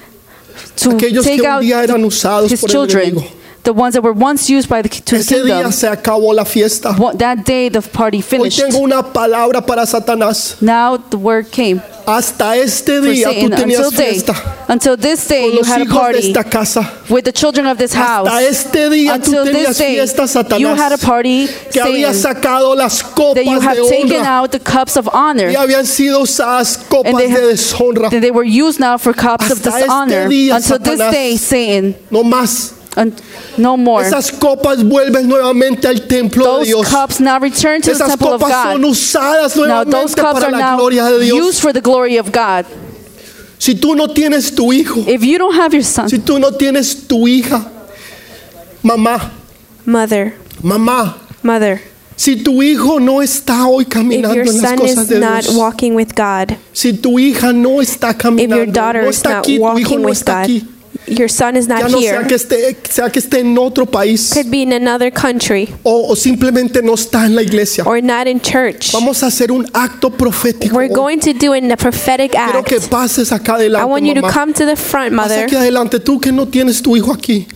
Speaker 2: to
Speaker 1: aquellos
Speaker 2: take
Speaker 1: que un
Speaker 2: out
Speaker 1: día eran usados
Speaker 2: his
Speaker 1: por el
Speaker 2: children,
Speaker 1: enemigo.
Speaker 2: the ones that were once used by the, to the
Speaker 1: Ese día
Speaker 2: kingdom.
Speaker 1: se acabó la fiesta.
Speaker 2: What- That day, the party
Speaker 1: Hoy
Speaker 2: finished.
Speaker 1: tengo una palabra para Satanás.
Speaker 2: Now the word came.
Speaker 1: Hasta este
Speaker 2: for
Speaker 1: día tú
Speaker 2: Satan.
Speaker 1: tenías
Speaker 2: Until, day,
Speaker 1: fiesta
Speaker 2: until this day,
Speaker 1: con
Speaker 2: you
Speaker 1: los
Speaker 2: had a
Speaker 1: hijos de
Speaker 2: party
Speaker 1: esta casa.
Speaker 2: with the children of this
Speaker 1: Hasta
Speaker 2: house.
Speaker 1: este día tú
Speaker 2: Until
Speaker 1: tenías
Speaker 2: this day,
Speaker 1: fiesta,
Speaker 2: you had a
Speaker 1: Satanás,
Speaker 2: party
Speaker 1: que había
Speaker 2: saying
Speaker 1: sacado las
Speaker 2: that you
Speaker 1: copas
Speaker 2: have
Speaker 1: de
Speaker 2: taken
Speaker 1: honra
Speaker 2: out the cups of honor,
Speaker 1: y habían sido usadas copas
Speaker 2: And they
Speaker 1: de
Speaker 2: have-
Speaker 1: deshonra.
Speaker 2: that they were used now for cups of
Speaker 1: Hasta este
Speaker 2: dishonor.
Speaker 1: día,
Speaker 2: Until this
Speaker 1: Satanás.
Speaker 2: day, Satan,
Speaker 1: No más.
Speaker 2: un- no more.
Speaker 1: Esas copas vuelven nuevamente al templo de
Speaker 2: Those
Speaker 1: Dios.
Speaker 2: cups now return to the
Speaker 1: Esas
Speaker 2: temple of
Speaker 1: copas son
Speaker 2: God.
Speaker 1: usadas
Speaker 2: Now those
Speaker 1: nuevamente
Speaker 2: cups
Speaker 1: para
Speaker 2: are
Speaker 1: la
Speaker 2: now
Speaker 1: gloria de Dios.
Speaker 2: used for the glory of God.
Speaker 1: Si tú no tienes tu hijo,
Speaker 2: If you don't have your son,
Speaker 1: si tú no tienes tu hija, mamá,
Speaker 3: Mother,
Speaker 1: mamá,
Speaker 3: mother,
Speaker 1: si tu hijo no está hoy
Speaker 3: if
Speaker 1: caminando
Speaker 3: your
Speaker 1: en las
Speaker 3: son
Speaker 1: cosas
Speaker 3: is
Speaker 1: de
Speaker 3: not
Speaker 1: Dios,
Speaker 3: walking with God,
Speaker 1: si tu hija no está
Speaker 3: if
Speaker 1: caminando,
Speaker 3: your daughter
Speaker 1: no
Speaker 3: is
Speaker 1: está
Speaker 3: not
Speaker 1: aquí, tu hijo
Speaker 3: walking
Speaker 1: no
Speaker 3: with
Speaker 1: está
Speaker 3: God,
Speaker 1: aquí,
Speaker 3: your son is
Speaker 1: ya
Speaker 3: not
Speaker 1: no sea
Speaker 3: here,
Speaker 1: que esté, sea que esté en otro país
Speaker 3: could be in another country
Speaker 1: o, o simplemente no está en la iglesia.
Speaker 3: or not in church.
Speaker 1: Vamos a hacer un acto profético.
Speaker 3: We're going to do in the prophetic
Speaker 1: Quiero
Speaker 3: act.
Speaker 1: que pases acá
Speaker 3: I
Speaker 1: adelante,
Speaker 3: want you to
Speaker 1: mamá.
Speaker 3: come to the front,
Speaker 1: Pasa
Speaker 3: mother. Uh,
Speaker 1: aquí adelante, tú que no tienes tu hijo aquí,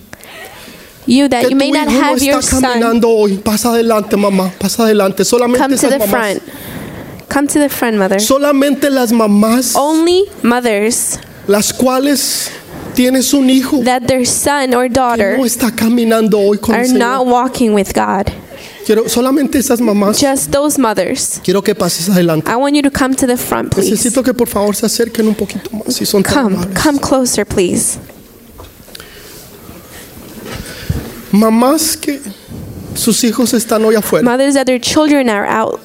Speaker 1: que
Speaker 3: You that
Speaker 1: tu
Speaker 3: you may
Speaker 1: hijo
Speaker 3: not
Speaker 1: no
Speaker 3: have
Speaker 1: está
Speaker 3: your son,
Speaker 1: caminando hoy, pasa adelante, mamá, pasa adelante. Solamente
Speaker 3: come to
Speaker 1: esas
Speaker 3: the
Speaker 1: mamás,
Speaker 3: front. Come to the front, mother.
Speaker 1: solamente las mamás,
Speaker 3: Only mothers
Speaker 1: las cuales tienes un hijo
Speaker 3: that their son or
Speaker 1: que
Speaker 3: daughter
Speaker 1: no está caminando hoy con el
Speaker 3: are
Speaker 1: Señor.
Speaker 3: not walking with God.
Speaker 1: Quiero solamente esas mamás.
Speaker 3: Just those mothers.
Speaker 1: Quiero que pases adelante.
Speaker 3: I want you to come to the front, Ah, please.
Speaker 1: Necesito que por favor se acerquen un poquito más, si son tan
Speaker 3: Come,
Speaker 1: amables.
Speaker 3: come closer, please.
Speaker 1: Mamás que sus hijos están hoy afuera.
Speaker 3: Mothers that their children are out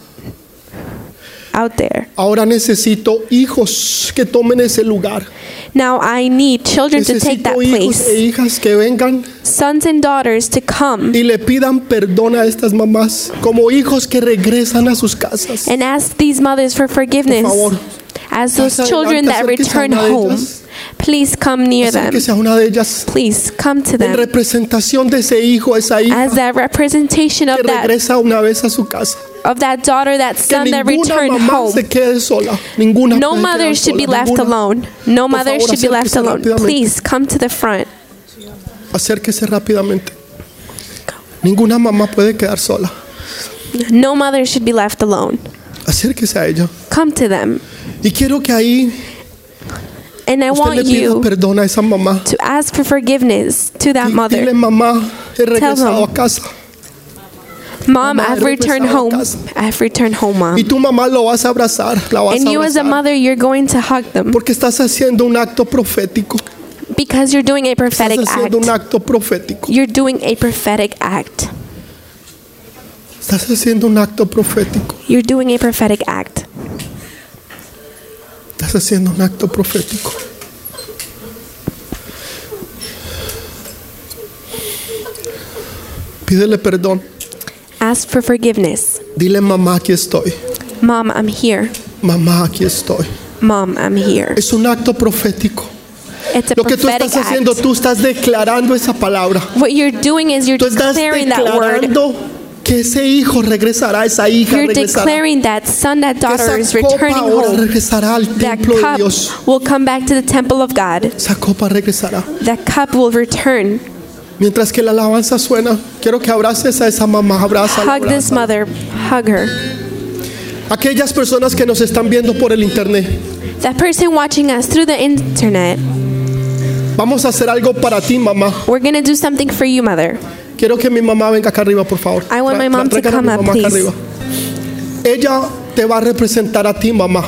Speaker 3: out there.
Speaker 1: Ahora necesito hijos que tomen ese lugar.
Speaker 3: Now I need children to take that
Speaker 1: Necesito hijos e
Speaker 3: place.
Speaker 1: hijas que vengan
Speaker 3: Sons and daughters to come
Speaker 1: y le pidan perdón a estas mamás como hijos que regresan a sus casas.
Speaker 3: and ask these mothers for forgiveness.
Speaker 1: favor.
Speaker 3: As
Speaker 1: Más
Speaker 3: those children
Speaker 1: adelante,
Speaker 3: that
Speaker 1: acérquese a
Speaker 3: return
Speaker 1: una de
Speaker 3: home,
Speaker 1: ellas.
Speaker 3: please come near them.
Speaker 1: Que sea una de ellas
Speaker 3: Please come to
Speaker 1: en
Speaker 3: them
Speaker 1: representación de ese hijo, esa hija
Speaker 3: as that representation
Speaker 1: que
Speaker 3: of that
Speaker 1: regresa una vez a su casa.
Speaker 3: of that daughter, that
Speaker 1: Que
Speaker 3: son that
Speaker 1: ninguna
Speaker 3: returned
Speaker 1: mamá
Speaker 3: home.
Speaker 1: se quede sola. Ninguna
Speaker 3: No
Speaker 1: puede
Speaker 3: mother
Speaker 1: quedar
Speaker 3: should be
Speaker 1: sola,
Speaker 3: left
Speaker 1: ninguna.
Speaker 3: alone. No
Speaker 1: Por
Speaker 3: mother
Speaker 1: favor,
Speaker 3: should be left
Speaker 1: acérquese
Speaker 3: alone.
Speaker 1: rápidamente.
Speaker 3: Please come to the front.
Speaker 1: Acérquese rápidamente. Ninguna mamá puede quedar sola.
Speaker 3: No mother should be left alone.
Speaker 1: Acérquese a ella.
Speaker 3: Come to them.
Speaker 1: Y quiero que ahí
Speaker 3: And I
Speaker 1: usted le
Speaker 3: want
Speaker 1: pida
Speaker 3: you
Speaker 1: perdón a esa mamá.
Speaker 3: to ask for forgiveness to that
Speaker 1: Y Dile,
Speaker 3: mother.
Speaker 1: mamá, he regresado
Speaker 3: them.
Speaker 1: a casa.
Speaker 3: Mom,
Speaker 1: Mamá,
Speaker 3: I've
Speaker 1: he
Speaker 3: returned
Speaker 1: regresado a
Speaker 3: home.
Speaker 1: casa.
Speaker 3: I've returned home, mom.
Speaker 1: Y tu mamá lo vas a abrazar, la vas
Speaker 3: And
Speaker 1: a
Speaker 3: you, as a
Speaker 1: abrazar.
Speaker 3: mother, you're going to hug them
Speaker 1: Porque estás haciendo un acto profético.
Speaker 3: because you're doing a
Speaker 1: Estás
Speaker 3: prophetic act.
Speaker 1: haciendo un acto profético.
Speaker 3: You're doing a prophetic act.
Speaker 1: Estás haciendo un acto profético.
Speaker 3: You're doing a prophetic act.
Speaker 1: Estás haciendo un acto profético. Pídele perdón.
Speaker 3: Ask for forgiveness.
Speaker 1: Dile, mamá, aquí estoy.
Speaker 3: Mom, I'm here.
Speaker 1: Mamá, aquí estoy.
Speaker 3: Mom, I'm here.
Speaker 1: Es un acto profético.
Speaker 3: It's a
Speaker 1: Lo que tú
Speaker 3: prophetic
Speaker 1: estás haciendo,
Speaker 3: act.
Speaker 1: tú estás declarando esa palabra.
Speaker 3: What you're doing is you're
Speaker 1: Tú estás
Speaker 3: declaring that word.
Speaker 1: declarando que ese hijo regresará, esa hija
Speaker 3: You're
Speaker 1: regresará.
Speaker 3: declaring that son, that
Speaker 1: Que
Speaker 3: daughter is
Speaker 1: esa copa
Speaker 3: returning
Speaker 1: ahora
Speaker 3: home.
Speaker 1: regresará al
Speaker 3: That
Speaker 1: templo de Dios.
Speaker 3: cup will come back to the temple of God.
Speaker 1: Esa copa regresará.
Speaker 3: That cup will return.
Speaker 1: Mientras que la alabanza suena, quiero que abraces a esa mamá, abrázala.
Speaker 3: Hug this
Speaker 1: abrázala.
Speaker 3: mother. Hug her.
Speaker 1: Aquellas personas que nos están viendo por el internet,
Speaker 3: That person watching us through the internet,
Speaker 1: vamos a hacer algo para ti, mamá.
Speaker 3: we're going to do something for you, mother.
Speaker 1: Quiero que mi mamá venga acá arriba, por favor.
Speaker 3: I want
Speaker 1: Tra-
Speaker 3: my mom
Speaker 1: tra-
Speaker 3: to
Speaker 1: traigan a
Speaker 3: come
Speaker 1: mi
Speaker 3: up,
Speaker 1: mamá acá
Speaker 3: please.
Speaker 1: arriba. Ella te va a representar a ti, mamá.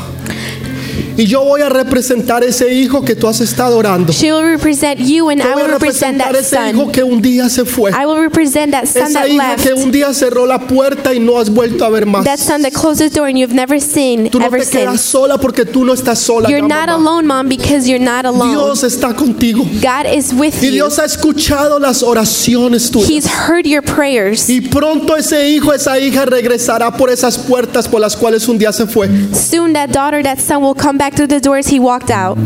Speaker 1: Y yo voy a representar ese hijo que tú has estado orando.
Speaker 3: She will represent you, and
Speaker 1: Yo
Speaker 3: I
Speaker 1: voy a
Speaker 3: will represent
Speaker 1: representar
Speaker 3: that
Speaker 1: ese hijo
Speaker 3: son.
Speaker 1: que un día se fue.
Speaker 3: I will represent that son
Speaker 1: Esa
Speaker 3: that
Speaker 1: hija
Speaker 3: left.
Speaker 1: que un día cerró la puerta y no has vuelto a ver más.
Speaker 3: That son that closed the door and you've never seen
Speaker 1: Tú no
Speaker 3: ever
Speaker 1: te quedas
Speaker 3: since.
Speaker 1: sola porque tú no estás sola. ya,
Speaker 3: You're not
Speaker 1: mamá.
Speaker 3: alone, mom, because you're not alone.
Speaker 1: Dios está contigo.
Speaker 3: God is with
Speaker 1: Y
Speaker 3: you.
Speaker 1: Dios ha escuchado las oraciones tuyas.
Speaker 3: He's heard your prayers.
Speaker 1: Y pronto ese hijo, esa hija regresará por esas puertas por las cuales un día se fue.
Speaker 3: Soon that daughter, that son will come back through the doors he walked out.